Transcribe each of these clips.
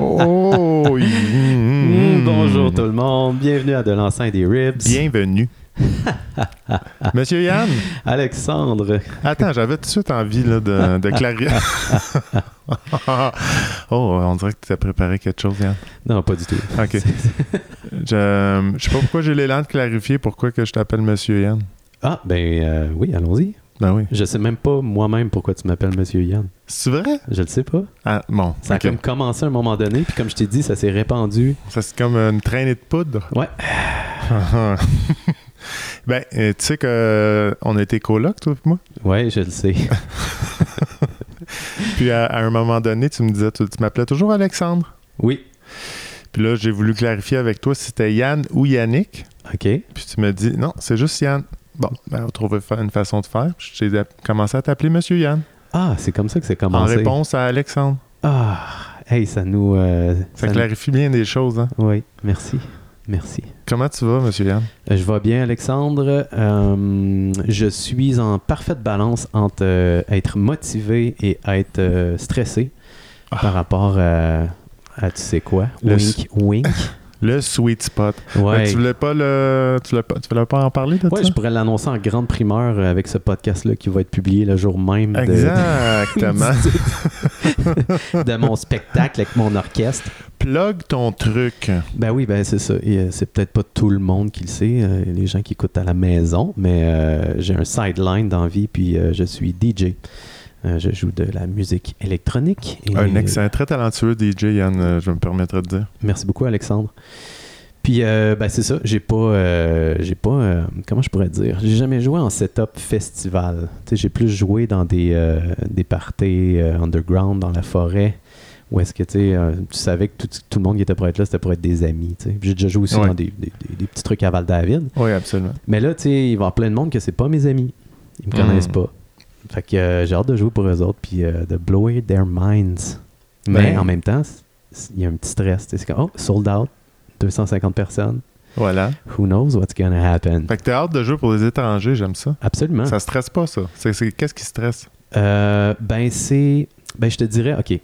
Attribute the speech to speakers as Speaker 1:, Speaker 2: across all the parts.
Speaker 1: Oh, oui.
Speaker 2: Mm, bonjour tout le monde, bienvenue à De l'enceinte des Ribs.
Speaker 1: Bienvenue. Monsieur Yann,
Speaker 2: Alexandre,
Speaker 1: attends, j'avais tout de suite envie là, de, de clarifier. oh, on dirait que tu as préparé quelque chose, Yann.
Speaker 2: non pas du tout.
Speaker 1: Ok. Je je sais pas pourquoi j'ai l'élan de clarifier pourquoi que je t'appelle Monsieur Yann.
Speaker 2: Ah ben euh, oui, allons-y.
Speaker 1: Ben oui.
Speaker 2: Je sais même pas moi-même pourquoi tu m'appelles Monsieur Yann.
Speaker 1: C'est vrai?
Speaker 2: Je le sais pas.
Speaker 1: Ah, bon.
Speaker 2: Ça
Speaker 1: ok.
Speaker 2: a comme commencé à un moment donné, puis comme je t'ai dit, ça s'est répandu.
Speaker 1: Ça, c'est comme une traînée de poudre.
Speaker 2: Ouais.
Speaker 1: ben, euh, tu sais que euh, on a été coloc, toi et moi.
Speaker 2: Ouais, je le sais.
Speaker 1: Puis à, à un moment donné, tu me disais, tu, tu m'appelais toujours Alexandre.
Speaker 2: Oui.
Speaker 1: Puis là, j'ai voulu clarifier avec toi si c'était Yann ou Yannick.
Speaker 2: Ok.
Speaker 1: Puis tu me dis, non, c'est juste Yann. Bon, ben, on trouve fa- une façon de faire. Puis J'ai d'a- commencé à t'appeler Monsieur Yann
Speaker 2: Ah, c'est comme ça que c'est
Speaker 1: en
Speaker 2: commencé.
Speaker 1: réponse à Alexandre.
Speaker 2: Ah, hey, ça nous. euh,
Speaker 1: Ça,
Speaker 2: nous-
Speaker 1: clarifie bien des choses. Hein?
Speaker 2: Oui, merci. Merci.
Speaker 1: Comment tu vas, Monsieur Yann?
Speaker 2: Euh, Je vais bien, Alexandre. Euh, je suis en parfaite balance entre euh, être motivé et être euh, stressé
Speaker 1: Ah.
Speaker 2: par rapport à, à tu sais quoi.
Speaker 1: Le
Speaker 2: wink, wink.
Speaker 1: Le sweet spot. Mais
Speaker 2: Ouais.
Speaker 1: Ben, tu voulais pas le, tu voulais pas, tu voulais pas en parler de
Speaker 2: Ouais,
Speaker 1: ça?
Speaker 2: je pourrais l'annoncer en grande primeur euh, avec ce podcast-là qui va être publié le jour même de,
Speaker 1: Exactement.
Speaker 2: de mon spectacle avec mon orchestre.
Speaker 1: Plug ton truc.
Speaker 2: Ben oui, ben c'est ça. Et, euh, c'est peut-être pas tout le monde qui le sait, euh, les gens qui écoutent à la maison, mais euh, j'ai un sideline dans la vie, puis euh, je suis DJ. Euh, je joue de la musique électronique. et-
Speaker 1: Un excellent, très talentueux DJ, Yann, euh, je me permettrais de dire.
Speaker 2: Merci beaucoup, Alexandre. Puis, euh, ben c'est ça, j'ai pas, euh, j'ai pas, euh, comment je pourrais dire, j'ai jamais joué en setup festival. Tu sais, j'ai plus joué dans des, euh, des parties euh, underground, dans la forêt, où est-ce que, tu sais, euh, tu savais que tout, tout le monde qui était pour être là, c'était pour être des amis, tu sais. Puis J'ai déjà joué aussi
Speaker 1: Ouais.
Speaker 2: dans des, des- des- des petits trucs à Val-David.
Speaker 1: Oui, absolument.
Speaker 2: Mais là, tu sais, il va y avoir plein de monde que c'est pas mes amis. Ils me
Speaker 1: Mm.
Speaker 2: connaissent pas. Fait que euh, j'ai hâte de jouer pour eux autres, puis euh, de blower their minds. Mais
Speaker 1: Ben.
Speaker 2: en même temps, c- c- il y a un petit stress. tu sais, C'est comme, oh, sold out, 250 personnes.
Speaker 1: Voilà.
Speaker 2: Who knows what's gonna happen?
Speaker 1: Fait que t'as hâte de jouer pour les étrangers, j'aime ça.
Speaker 2: Absolument.
Speaker 1: Ça stresse pas, ça. C'est- c'est- Qu'est-ce qui stresse?
Speaker 2: Euh, ben, c'est. Ben, je te dirais, OK.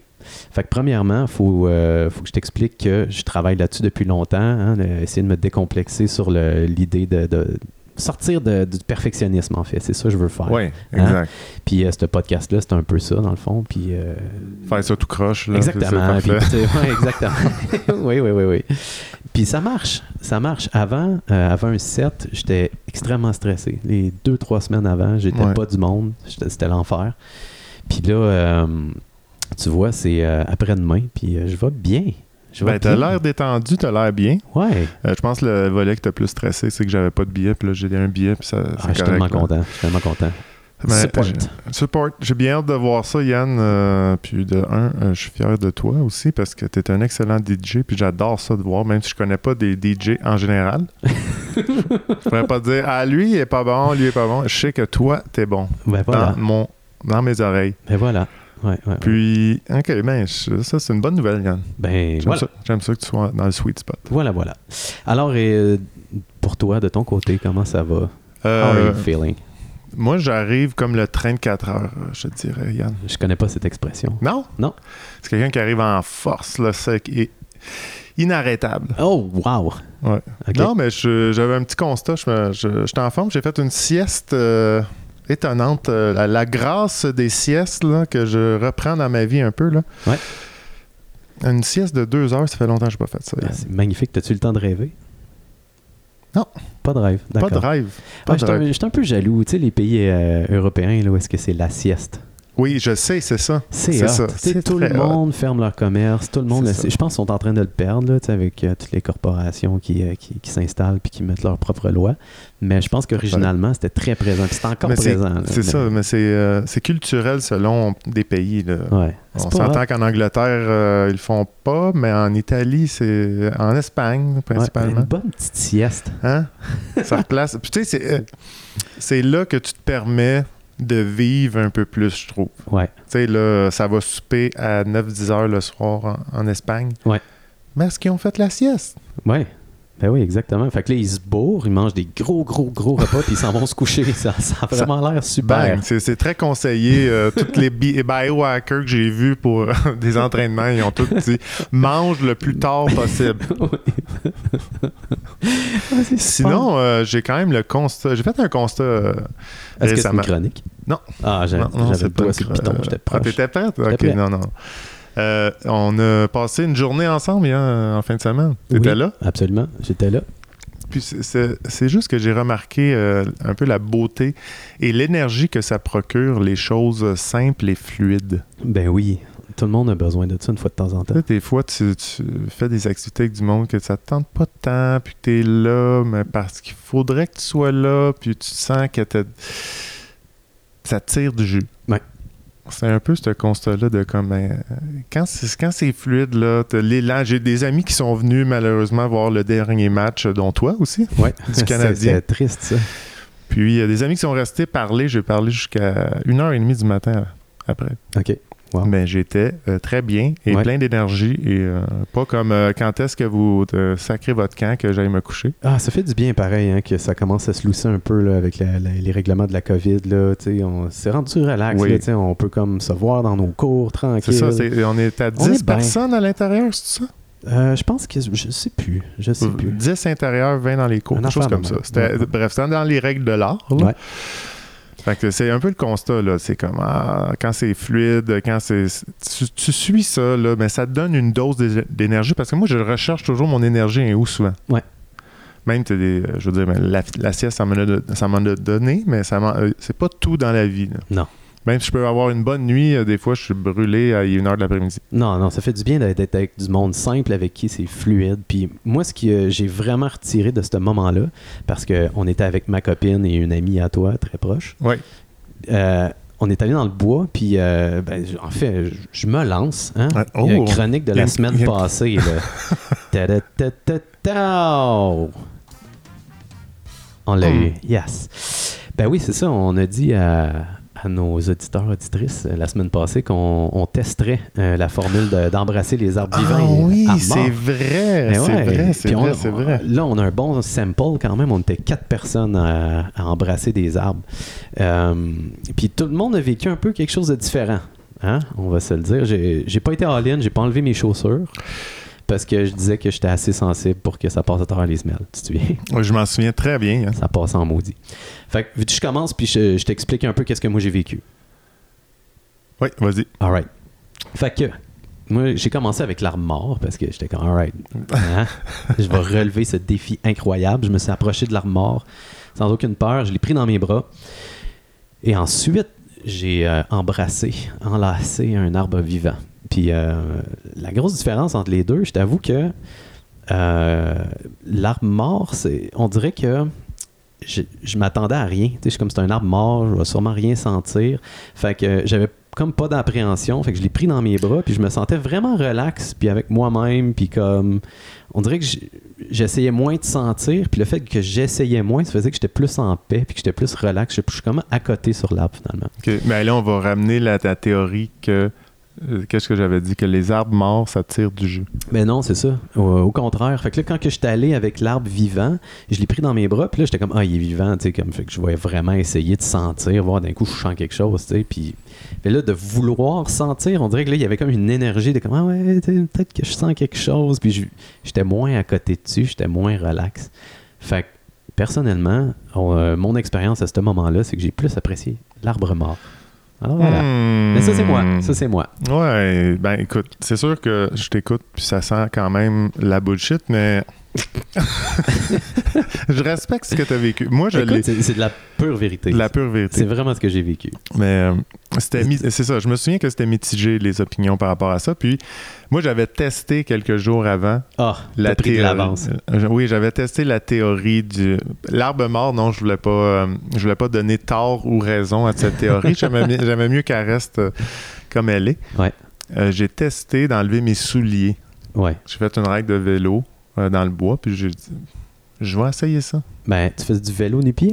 Speaker 2: Fait que premièrement, faut, euh, faut que je t'explique que je travaille là-dessus depuis longtemps, hein, le- essayer de me décomplexer sur le- l'idée de, de sortir de- du perfectionnisme, en fait. C'est ça que je veux faire.
Speaker 1: Oui, exact.
Speaker 2: Puis euh, ce podcast-là, c'est un peu ça, dans le fond. Puis, euh,
Speaker 1: Faire ça tout croche. Là,
Speaker 2: exactement.
Speaker 1: c'est parfait.
Speaker 2: Puis, tu sais, ouais, exactement. oui, oui, oui, oui. Puis ça marche. Ça marche. Avant, euh, avant un set, j'étais extrêmement stressé. Les deux, trois semaines avant, j'étais
Speaker 1: Ouais.
Speaker 2: pas du monde. J'étais- C'était l'enfer. Puis là, euh, tu vois, c'est euh, après-demain. Puis euh, je vais bien. Je vais
Speaker 1: Ben, t'as
Speaker 2: bien.
Speaker 1: l'air détendu, t'as l'air bien.
Speaker 2: Ouais. Ah,
Speaker 1: Euh, je pense que le volet qui t'a plus stressé, c'est que j'avais pas de billet, puis là, j'ai un billet, puis ça.
Speaker 2: Ah,
Speaker 1: c'est
Speaker 2: je suis
Speaker 1: correct,
Speaker 2: tellement
Speaker 1: là. Ben,
Speaker 2: content. Je suis tellement content.
Speaker 1: Mais,
Speaker 2: Support.
Speaker 1: j'ai- Support. J'ai bien hâte de voir ça, Yann. Euh, puis de un, euh, je suis fier de toi aussi parce que tu es un excellent DJ. Puis j'adore ça de voir, même si je connais pas des DJ en général. je pourrais pas dire, ah, lui, il est pas bon, lui, il est pas bon. Je sais que toi, tu es bon.
Speaker 2: Ben voilà.
Speaker 1: Dans, mon, dans mes oreilles.
Speaker 2: Ben voilà. Ouais, ouais, ouais.
Speaker 1: Puis, OK, ben, je- ça, c'est une bonne nouvelle, Yann.
Speaker 2: Ben
Speaker 1: J'aime
Speaker 2: voilà.
Speaker 1: ça- j'aime ça, que tu sois dans le sweet spot.
Speaker 2: Voilà, voilà. Alors, euh, pour toi, de ton côté, comment ça va? How are
Speaker 1: Euh,
Speaker 2: you feeling?
Speaker 1: moi, j'arrive comme le train de 4 heures, je te dirais, Yann.
Speaker 2: Je connais pas cette expression.
Speaker 1: Non?
Speaker 2: Non.
Speaker 1: C'est quelqu'un qui arrive en force, là, sec et inarrêtable.
Speaker 2: Oh, wow!
Speaker 1: Ouais.
Speaker 2: Ok.
Speaker 1: Non, mais je- j'avais un petit constat. Je me- je- J'étais en forme. J'ai fait une sieste euh, étonnante. euh, la, la grâce des siestes là, que je reprends dans ma vie un peu. Là.
Speaker 2: Ouais.
Speaker 1: Une sieste de deux heures, ça fait longtemps que je n'ai pas fait ça.
Speaker 2: Ah, c'est magnifique. T'as-tu le temps de rêver?
Speaker 1: euh, Non.
Speaker 2: Pas de rêve,
Speaker 1: pas
Speaker 2: d'accord.
Speaker 1: de rêve.
Speaker 2: Ah,
Speaker 1: pas de
Speaker 2: J'étais
Speaker 1: rêve.
Speaker 2: un, j'étais un peu jaloux. Tu sais, les pays euh, européens, là, où est-ce que c'est la sieste?
Speaker 1: Oui, je sais, c'est ça.
Speaker 2: C'est
Speaker 1: C'est
Speaker 2: hot.
Speaker 1: ça,
Speaker 2: Tu sais,
Speaker 1: c'est
Speaker 2: Tout le
Speaker 1: très hot.
Speaker 2: monde ferme leur commerce. Tout le monde,
Speaker 1: C'est
Speaker 2: le
Speaker 1: ça.
Speaker 2: sait. je pense qu'ils sont en train de le perdre, là, tu sais, avec euh, toutes les corporations qui, euh, qui, qui s'installent puis qui mettent leurs propres lois. Mais je pense qu'originalement, c'était très présent. puis C'est encore
Speaker 1: Mais c'est
Speaker 2: présent. là.
Speaker 1: c'est
Speaker 2: Mais-
Speaker 1: ça, mais c'est euh, c'est culturel selon des pays. Là.
Speaker 2: Ouais.
Speaker 1: On
Speaker 2: C'est pas
Speaker 1: s'entend qu'en Angleterre, euh, ils le font pas, mais en Italie, c'est en Espagne
Speaker 2: Ouais,
Speaker 1: principalement.
Speaker 2: une bonne petite sieste.
Speaker 1: Hein? Ça replace. Puis tu sais, c'est, euh, c'est là que tu te permets de vivre un peu plus, je trouve.
Speaker 2: Ouais.
Speaker 1: Tu sais, là, ça va souper à 9-10 heures le soir en, en Espagne.
Speaker 2: Ouais.
Speaker 1: Mais est-ce qu'ils ont fait la sieste?
Speaker 2: Ouais. Ben oui, exactement. Fait que là, ils se bourrent, ils mangent des gros, gros, gros repas, puis ils s'en vont se coucher. Ça, ça a vraiment l'air super.
Speaker 1: Bang! C'est c'est très conseillé. euh, toutes les bi- biohackers que j'ai vus pour des entraînements, ils ont tous dit « mange le plus tard possible ».
Speaker 2: Oui. Ah, c'est super.
Speaker 1: Sinon, euh, j'ai quand même le constat. J'ai fait un constat euh,
Speaker 2: est-ce que c'est une
Speaker 1: récemment.
Speaker 2: chronique?
Speaker 1: Non.
Speaker 2: Ah, j'avais
Speaker 1: Non, non,
Speaker 2: j'avais
Speaker 1: c'est
Speaker 2: le
Speaker 1: pas
Speaker 2: doigt
Speaker 1: une
Speaker 2: sur le
Speaker 1: cro-
Speaker 2: piton, j'étais
Speaker 1: Ah,
Speaker 2: proche.
Speaker 1: t'étais prête? Ok,
Speaker 2: prêt.
Speaker 1: non, non. Euh, on a passé une journée ensemble hier, euh, en fin de semaine. T'étais
Speaker 2: Oui,
Speaker 1: là?
Speaker 2: Absolument, j'étais là.
Speaker 1: Puis c'est- c'est c'est juste que j'ai remarqué euh, un peu la beauté et l'énergie que ça procure, les choses simples et fluides.
Speaker 2: Ben oui, tout le monde a besoin de ça une fois de temps en
Speaker 1: Tu
Speaker 2: temps.
Speaker 1: sais, des fois, tu, tu fais des activités avec du monde que ça te tente pas tant, puis que t'es là, mais parce qu'il faudrait que tu sois là, puis tu sens que t'as- ça tire du jus.
Speaker 2: Ouais.
Speaker 1: C'est un peu ce constat-là de comme. euh, quand c'est quand c'est fluide, là, t'as l'élan. J'ai des amis qui sont venus malheureusement voir le dernier match, euh, dont toi aussi.
Speaker 2: Ouais.
Speaker 1: Du
Speaker 2: C'est-
Speaker 1: Canadien.
Speaker 2: C'est triste, ça.
Speaker 1: Puis il y a des amis qui sont restés parler. J'ai parlé jusqu'à 1h30 du matin après.
Speaker 2: OK. Wow.
Speaker 1: Mais j'étais euh, très bien et
Speaker 2: Ah. Ouais.
Speaker 1: plein d'énergie et euh, pas comme euh, quand est-ce que vous euh, sacrez votre camp que j'aille me coucher.
Speaker 2: Ah, ça fait du bien pareil, hein, que ça commence à se lousser un peu là, avec la- la- les règlements de la COVID. Là, tu sais, on s'est rendu relax.
Speaker 1: Oui.
Speaker 2: là, tu sais, on peut comme se voir dans nos cours,
Speaker 1: C'est
Speaker 2: tranquille.
Speaker 1: ça, c'est- on est à 10
Speaker 2: On est bien.
Speaker 1: personnes à l'intérieur, c'est ça?
Speaker 2: Euh, je pense que je sais plus. Je sais plus.
Speaker 1: 10 intérieurs, 20 dans les cours,
Speaker 2: Mmh. Un
Speaker 1: quelque chose
Speaker 2: affaire
Speaker 1: comme
Speaker 2: de
Speaker 1: ça.
Speaker 2: même.
Speaker 1: C'était-
Speaker 2: Ouais.
Speaker 1: Bref, c'était dans les règles de l'art. là.
Speaker 2: Ouais.
Speaker 1: Fait que c'est un peu le constat, là. C'est comme ah, quand c'est fluide, quand c'est. Tu, tu suis ça, là, mais ça te donne une dose d'é- d'énergie parce que moi, je recherche toujours mon énergie et où souvent.
Speaker 2: Ouais.
Speaker 1: Même, t'as des, euh, je veux dire, ben, la, la sieste, ça m'en a, don- ça m'en a donné, mais ça m'en- euh, c'est pas tout dans la vie. là.
Speaker 2: Non.
Speaker 1: Même si je peux avoir une bonne nuit, euh, des fois, je suis brûlé à 1h de l'après-midi.
Speaker 2: Non, non, ça fait du bien d'être d'être avec du monde simple avec qui c'est fluide. Puis moi, ce que euh, j'ai vraiment retiré de ce moment-là, parce qu'on était avec ma copine et une amie à toi, très proche.
Speaker 1: Oui.
Speaker 2: Euh, on est allé dans le bois, puis euh, ben, j- en fait, j- je me lance. Hein?
Speaker 1: Ah, oh!
Speaker 2: Il y a une chronique de
Speaker 1: Il y a
Speaker 2: la
Speaker 1: une- il
Speaker 2: semaine
Speaker 1: y a une-
Speaker 2: passée. là. Ta-da-ta-ta-tao! On l'a
Speaker 1: Hmm.
Speaker 2: eu, yes. Ben oui, c'est ça, on a dit à, à nos auditeurs, auditrices, euh, la semaine passée qu'on on testerait euh, la formule de- d'embrasser les arbres
Speaker 1: Ah
Speaker 2: vivants. et
Speaker 1: oui,
Speaker 2: à mort.
Speaker 1: c'est vrai,
Speaker 2: Mais
Speaker 1: c'est
Speaker 2: Eh ouais,
Speaker 1: vrai, c'est
Speaker 2: puis on-
Speaker 1: vrai, c'est vrai.
Speaker 2: Là, on a un bon sample quand même. On était quatre personnes à, à embrasser des arbres. Euh, puis tout le monde a vécu un peu quelque chose de différent. Hein? On va se le dire. J'ai j'ai pas été all-in, j'ai pas enlevé mes chaussures parce que je disais que j'étais assez sensible pour que ça passe à travers les semelles. Tu te souviens?
Speaker 1: Ouais, Je m'en souviens très bien. hein.
Speaker 2: Ça passe en maudit. Fait que veux-tu que je commence puis je, je t'explique un peu qu'est-ce que moi j'ai vécu.
Speaker 1: Oui, vas-y.
Speaker 2: Alright. Fait que, moi, j'ai commencé avec l'arme mort parce que j'étais comme, alright, hein, je vais relever ce défi incroyable. Je me suis approché de l'arme mort sans aucune peur. Je l'ai pris dans mes bras. Et ensuite, j'ai euh, embrassé, enlacé un arbre vivant. Puis euh, la grosse différence entre les deux, je t'avoue que euh, l'arbre mort, c'est, on dirait que je, je m'attendais à rien. Tu sais, je suis comme c'est un arbre mort, je vais sûrement rien sentir. Fait que euh, j'avais comme pas d'appréhension. Fait que je l'ai pris dans mes bras, puis je me sentais vraiment relax, puis avec moi-même, puis comme on dirait que j'- j'essayais moins de sentir, puis le fait que j'essayais moins, ça faisait que j'étais plus en paix, puis que j'étais plus relax. Je je suis comme à côté sur l'arbre finalement.
Speaker 1: Ok, Mais là, on va ramener la, ta théorie que. euh, Qu'est-ce que j'avais dit? Que les arbres morts, ça tire du jus.
Speaker 2: Ben non, c'est ça. Au, au contraire. Fait que là, quand que j'étais allé avec l'arbre vivant, je l'ai pris dans mes bras, puis là, j'étais comme, ah, il est vivant, tu sais, comme, fait que je vais vraiment essayer de sentir, voir d'un coup, je sens quelque chose, tu sais, puis... Mais là, de vouloir sentir, on dirait que là, il y avait comme une énergie de comme, ah ouais, tu sais, peut-être que je sens quelque chose, puis je- j'étais moins à côté dessus, j'étais moins relax. Fait que, personnellement, on- euh, mon expérience à ce moment-là, c'est que j'ai plus apprécié l'arbre mort. Alors voilà.
Speaker 1: Hmm.
Speaker 2: Mais ça, c'est moi. Ça, c'est moi.
Speaker 1: Ouais, ben écoute, c'est sûr que je t'écoute puis ça sent quand même la bullshit, mais. je respecte ce que t'as vécu. Moi, je
Speaker 2: Écoute,
Speaker 1: l'ai.
Speaker 2: c'est c'est de la pure vérité.
Speaker 1: La pure vérité.
Speaker 2: C'est vraiment ce que j'ai vécu.
Speaker 1: Mais euh, c'était mi- c'est ça, je me souviens que c'était mitigé les opinions par rapport à ça. Puis moi, j'avais testé quelques jours avant
Speaker 2: Ah,
Speaker 1: la
Speaker 2: t'as pris de
Speaker 1: théorie.
Speaker 2: l'avance.
Speaker 1: Euh, oui, j'avais testé la théorie du l'arbre mort. Non, je voulais pas, euh, je voulais pas donner tort ou raison à cette théorie. J'aimais mi- j'aimais mieux qu'elle reste euh, comme elle est.
Speaker 2: Ouais.
Speaker 1: Euh, j'ai testé d'enlever mes souliers.
Speaker 2: Ouais.
Speaker 1: J'ai fait une règle de vélo euh, dans le bois, puis j'ai dit, je vais essayer ça.
Speaker 2: Ben, tu fais du vélo nu-pied?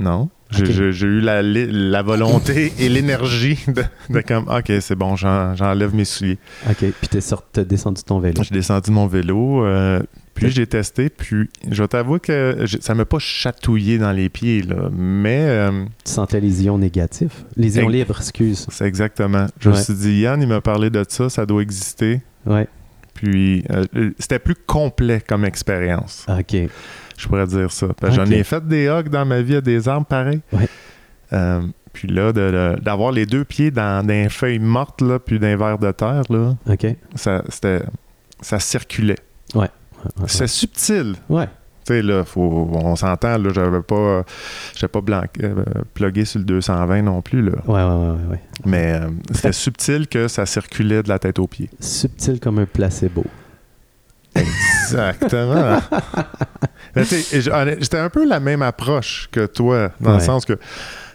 Speaker 1: Non. J'ai-
Speaker 2: Ok.
Speaker 1: J'ai j'ai eu la, li- la volonté et l'énergie de, de comme, OK, c'est bon, j'en- j'enlève mes souliers.
Speaker 2: OK. Puis t'es sorti, t'as descendu ton vélo.
Speaker 1: J'ai descendu mon vélo. euh, Puis j'ai testé, puis je t'avoue que je- ça m'a pas chatouillé dans les pieds, là, mais euh,
Speaker 2: Tu sentais les ions négatifs. Les ions
Speaker 1: Hey.
Speaker 2: libres, excuse.
Speaker 1: c'est exactement. Je
Speaker 2: Ouais.
Speaker 1: me suis dit, Yann, il m'a parlé de ça, ça doit exister.
Speaker 2: Ouais.
Speaker 1: Puis euh, c'était plus complet comme expérience,
Speaker 2: OK.
Speaker 1: je pourrais dire ça. Parce que
Speaker 2: Ok.
Speaker 1: J'en ai fait des hogs dans ma vie à des arbres pareil.
Speaker 2: Ouais.
Speaker 1: Euh, puis là, de- de- d'avoir les deux pieds dans, dans une feuille morte, là, puis d'un verre de terre, là,
Speaker 2: OK. Ouais,
Speaker 1: ça, c'était- ça circulait.
Speaker 2: ouais,
Speaker 1: C'est subtil,
Speaker 2: ouais. Ouais.
Speaker 1: Tu sais, là, faut, on s'entend, là, j'avais pas, j'avais pas blanc, euh, plugué sur le 220 non plus, là.
Speaker 2: Ouais, ouais, ouais, ouais.
Speaker 1: Mais euh, c'était subtil que ça circulait de la tête aux pieds.
Speaker 2: Subtil comme un placebo.
Speaker 1: Exactement. Mais tu sais, j'- honnêt- J'étais un peu la même approche que toi, dans
Speaker 2: Ouais.
Speaker 1: le sens que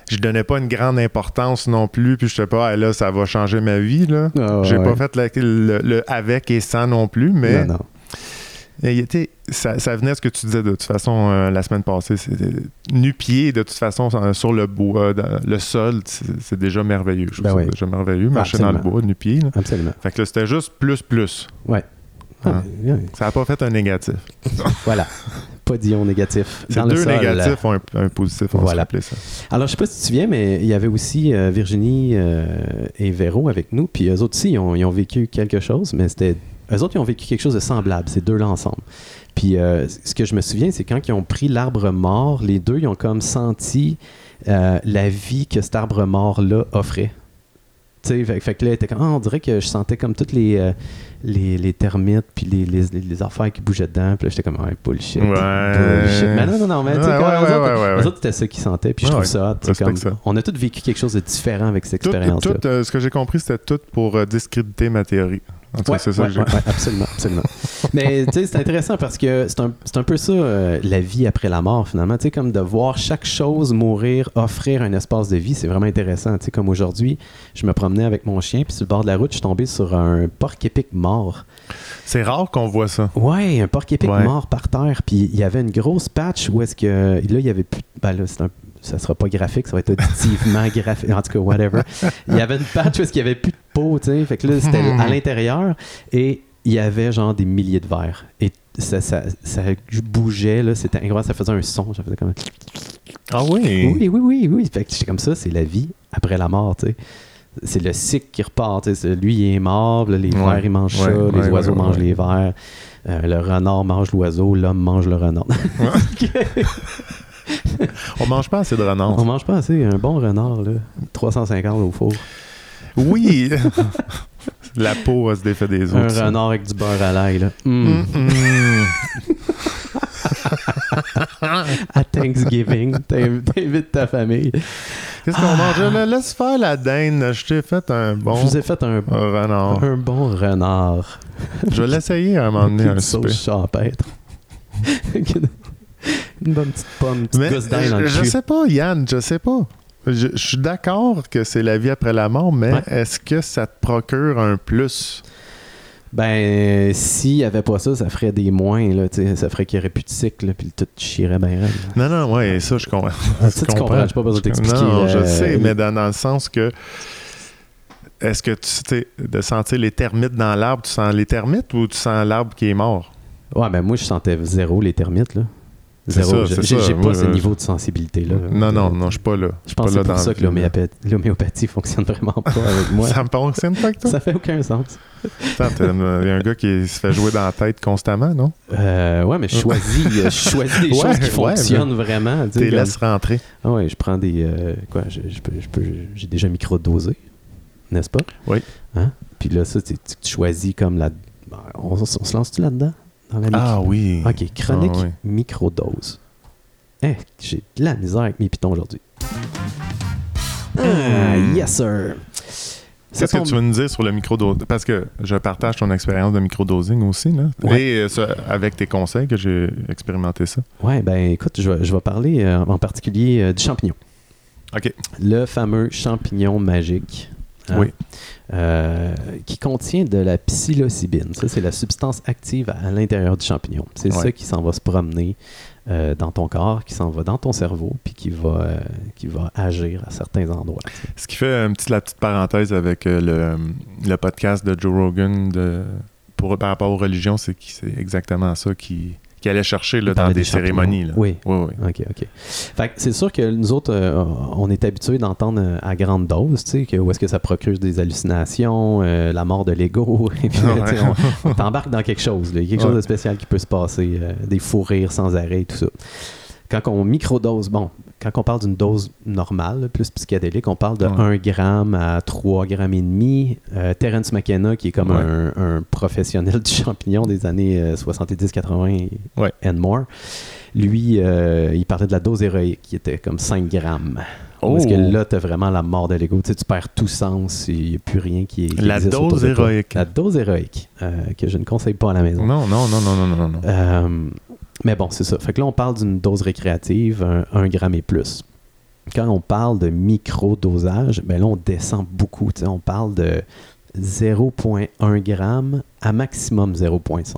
Speaker 1: je donnais pas une grande importance non plus, puis je sais pas, Ah, là, ça va changer ma vie, là. J'ai pas fait la- le, le avec et sans non plus, mais
Speaker 2: Non, non.
Speaker 1: Et, tu sais, ça, ça venait à ce que tu disais de toute façon euh, la semaine passée. C'était nu-pied, de toute façon, euh, sur le bois, dans le sol, c'est c'est déjà merveilleux. Je trouve
Speaker 2: Ben
Speaker 1: ça
Speaker 2: oui.
Speaker 1: déjà merveilleux, marcher dans le
Speaker 2: absolument.
Speaker 1: bois, nu-pied. là.
Speaker 2: Absolument.
Speaker 1: Fait que là, c'était juste plus, plus. Hein?
Speaker 2: Ouais, ouais.
Speaker 1: Ça n'a pas fait un négatif.
Speaker 2: Voilà. Pas d'ions négatifs.
Speaker 1: C'est
Speaker 2: Dans le
Speaker 1: deux
Speaker 2: sol.
Speaker 1: négatifs ont un, un positif, on va se
Speaker 2: Voilà.
Speaker 1: rappeler ça.
Speaker 2: Alors, je sais pas si tu te souviens, mais il y avait aussi euh, Virginie euh, et Véro avec nous. Puis eux autres aussi, ils ont, ils ont vécu quelque chose, mais c'était. Eux autres, ils ont vécu quelque chose de semblable, ces deux-là ensemble. Puis euh, ce que je me souviens, c'est quand ils ont pris l'arbre mort, les deux, ils ont comme senti euh, la vie que cet arbre mort-là offrait. Tu sais, fait, fait que là, elle était comme, Ah, on dirait que je sentais comme toutes les, euh, les, les termites puis les, les, les- les affaires qui bougeaient dedans. Puis là, j'étais comme, ouais, bullshit.
Speaker 1: Ouais.
Speaker 2: bullshit. Mais non, non, non, mais tu sais,
Speaker 1: Ouais,
Speaker 2: comme
Speaker 1: ouais,
Speaker 2: eux
Speaker 1: ouais, ouais,
Speaker 2: autres,
Speaker 1: ouais,
Speaker 2: eux
Speaker 1: Ah ouais. Ah
Speaker 2: autres, c'était ça qu'ils sentaient. Puis je
Speaker 1: Ouais,
Speaker 2: trouve
Speaker 1: ouais.
Speaker 2: ça hot. tu sais,
Speaker 1: Respecte
Speaker 2: comme-
Speaker 1: ça.
Speaker 2: On a tous vécu quelque chose de différent avec cette
Speaker 1: Tout,
Speaker 2: expérience-là.
Speaker 1: tout, euh, ce que j'ai compris, c'était tout pour euh, discréditer ma théorie. En tout cas,
Speaker 2: Ouais,
Speaker 1: c'est ça
Speaker 2: ouais,
Speaker 1: que j'ai
Speaker 2: ouais, ouais, absolument, absolument. Mais tu sais, c'est intéressant parce que c'est un, c'est un peu ça, euh, la vie après la mort, finalement. Tu sais, comme de voir chaque chose mourir, offrir un espace de vie, c'est vraiment intéressant. Tu sais, comme aujourd'hui, je me promenais avec mon chien, puis sur le bord de la route, je suis tombé sur un porc-épic mort.
Speaker 1: C'est rare qu'on voit ça.
Speaker 2: Ouais, un porc-épic
Speaker 1: Ouais.
Speaker 2: mort par terre. Puis il y avait une grosse patch où est-ce que. Là, il y avait plus. Ben là, c'est un- ça sera pas graphique, ça va être auditivement graphique. En tout cas, whatever. Il y avait une patch où est-ce qu'il y avait plus de peau, tu sais. Fait que là, c'était à l'intérieur et il y avait genre des milliers de verres. Et ça, ça, ça bougeait, là. C'était incroyable. Ça faisait un son. Ça faisait comme.
Speaker 1: Ah oui?
Speaker 2: Oui, oui, oui, oui. Fait que j'étais comme ça, c'est la vie après la mort, tu sais. C'est le cycle qui repart. tu sais. C'est- Lui, il est mort, là, les
Speaker 1: Ouais,
Speaker 2: vers, ils mangent ça,
Speaker 1: ouais,
Speaker 2: les
Speaker 1: ouais,
Speaker 2: oiseaux
Speaker 1: ouais,
Speaker 2: mangent
Speaker 1: ouais.
Speaker 2: les vers, euh, le renard mange l'oiseau, l'homme mange le renard.
Speaker 1: On mange pas assez de renards.
Speaker 2: On mange pas assez, un bon renard, là. 350 au four.
Speaker 1: Oui! la peau elle se défait des
Speaker 2: Un
Speaker 1: autres. ça.
Speaker 2: renard avec du beurre à l'ail, là. Mm.
Speaker 1: Mm-mm.
Speaker 2: À Thanksgiving, t'inv- t'invites ta famille.
Speaker 1: Qu'est-ce qu'on mangeait? là? Laisse faire la dinde. Je t'ai fait un bon
Speaker 2: Ah. Je vous ai fait un,
Speaker 1: renard.
Speaker 2: un bon renard.
Speaker 1: Je vais l'essayer à un moment donné,
Speaker 2: Une
Speaker 1: un souper.
Speaker 2: sauce champêtre. Une bonne petite pomme, une petite
Speaker 1: Mais
Speaker 2: gosse d'ail dans le
Speaker 1: je, je
Speaker 2: cul.
Speaker 1: sais pas, Yann, je sais pas. Je, je suis d'accord que c'est la vie après la mort, mais
Speaker 2: Ouais.
Speaker 1: est-ce que ça te procure un plus?
Speaker 2: Ben, s'il n'y avait pas ça, ça ferait des moins, là, tu sais, ça ferait qu'il n'y aurait plus de cycle, là, puis le tout chierait bien. raide.
Speaker 1: Non, non, ouais, ça, je comprends.
Speaker 2: Ah, ça, tu comprends, j'ai pas besoin de t'expliquer.
Speaker 1: Non,
Speaker 2: euh,
Speaker 1: je sais, mais dans, dans le sens que. Est-ce que tu sais, de sentir les termites dans l'arbre, tu sens les termites ou tu sens l'arbre qui est mort?
Speaker 2: Ouais, ben moi, je sentais zéro les termites, là.
Speaker 1: C'est
Speaker 2: Zéro.
Speaker 1: ça,
Speaker 2: Je-
Speaker 1: c'est
Speaker 2: J'ai
Speaker 1: ça.
Speaker 2: j'ai pas
Speaker 1: Moi,
Speaker 2: ce
Speaker 1: je-
Speaker 2: niveau de sensibilité-là.
Speaker 1: Non, non, non, je suis pas là.
Speaker 2: Je pense
Speaker 1: pas
Speaker 2: que c'est
Speaker 1: là
Speaker 2: pour
Speaker 1: dans
Speaker 2: ça
Speaker 1: le
Speaker 2: que
Speaker 1: film, là.
Speaker 2: l'homéopathie l'homéopathie fonctionne vraiment pas avec moi.
Speaker 1: Ça me fonctionne pas que toi?
Speaker 2: Ça fait aucun sens.
Speaker 1: Attends, il y a un gars qui se fait jouer dans la tête constamment, non?
Speaker 2: Euh, ouais, mais je choisis, je choisis des
Speaker 1: Ouais,
Speaker 2: choses qui
Speaker 1: ouais,
Speaker 2: fonctionnent vraiment. tu sais,
Speaker 1: Tu
Speaker 2: comme-
Speaker 1: laisse rentrer.
Speaker 2: Ah ouais, je prends des. euh, quoi, je, je peux, je peux- j'ai déjà micro-dosé, n'est-ce pas?
Speaker 1: Oui.
Speaker 2: Hein? Puis là, ça, tu, tu- tu choisis comme la. ben, On, on se lance-tu là-dedans? Dans la micro-
Speaker 1: Ah oui.
Speaker 2: Ok, chronique
Speaker 1: Ah oui.
Speaker 2: micro-dose. Hein, j'ai de la misère avec mes pitons aujourd'hui. Ah, yes, sir! Ça
Speaker 1: Hmm. Qu'est-ce que
Speaker 2: tombe-
Speaker 1: tu veux nous dire sur le microdosing? Parce que je partage ton expérience de microdosing aussi, là.
Speaker 2: Ouais.
Speaker 1: Et euh, ça, avec tes conseils que j'ai expérimenté ça.
Speaker 2: Ouais, ben écoute, je, vais- je vais parler euh, en particulier euh, du champignon.
Speaker 1: OK.
Speaker 2: Le fameux champignon magique. hein,
Speaker 1: Oui.
Speaker 2: euh, qui contient de la psilocybine. Ça, c'est la substance active à, à l'intérieur du champignon. C'est
Speaker 1: Ouais.
Speaker 2: ça qui s'en va se promener euh, dans ton corps, qui s'en va dans ton cerveau, puis qui va, euh, qui va agir à certains endroits.
Speaker 1: Ce qui fait un petit, la petite parenthèse avec euh, le, le podcast de Joe Rogan de pour, par rapport aux religions, c'est qui- c'est exactement ça qui, qui allait chercher là, dans
Speaker 2: parlait
Speaker 1: des,
Speaker 2: des champignons.
Speaker 1: cérémonies. là.
Speaker 2: Oui.
Speaker 1: Oui, oui.
Speaker 2: OK, OK. Fait que c'est sûr que nous autres, euh, on est habitués d'entendre euh, à grande dose, tu sais, que- où est-ce que ça procure des hallucinations, euh, la mort de l'ego. et puis,
Speaker 1: Ouais.
Speaker 2: tu sais, on, on t'embarque dans quelque chose, là, quelque chose de spécial qui peut se passer, euh, des fous rires sans arrêt et tout ça. Quand on microdose, bon, quand on parle d'une dose normale, là, plus psychédélique, on parle de
Speaker 1: Ouais.
Speaker 2: 1 gramme à 3 grammes et demi. Euh, Terence McKenna, qui est comme
Speaker 1: Ouais.
Speaker 2: un, un professionnel du champignon des années euh, 70-80 et
Speaker 1: Ouais.
Speaker 2: and more, lui, euh, il parlait de la dose héroïque qui était comme 5 grammes. Parce que
Speaker 1: Oh.
Speaker 2: là, t'as vraiment la mort de l'ego. Tu, sais, tu perds tout sens, il n'y a plus rien qui est. qui
Speaker 1: La
Speaker 2: existe autour
Speaker 1: dose
Speaker 2: de toi.
Speaker 1: héroïque.
Speaker 2: La dose héroïque, euh, que je ne conseille pas à la maison.
Speaker 1: Non, non, non, non, non, non, non.
Speaker 2: Euh, mais bon, c'est ça. Fait que là, on parle d'une dose récréative, un, un gramme et plus. Quand on parle de micro-dosage, ben là, on descend beaucoup. tu sais. On parle de 0,1 gramme à maximum 0,5.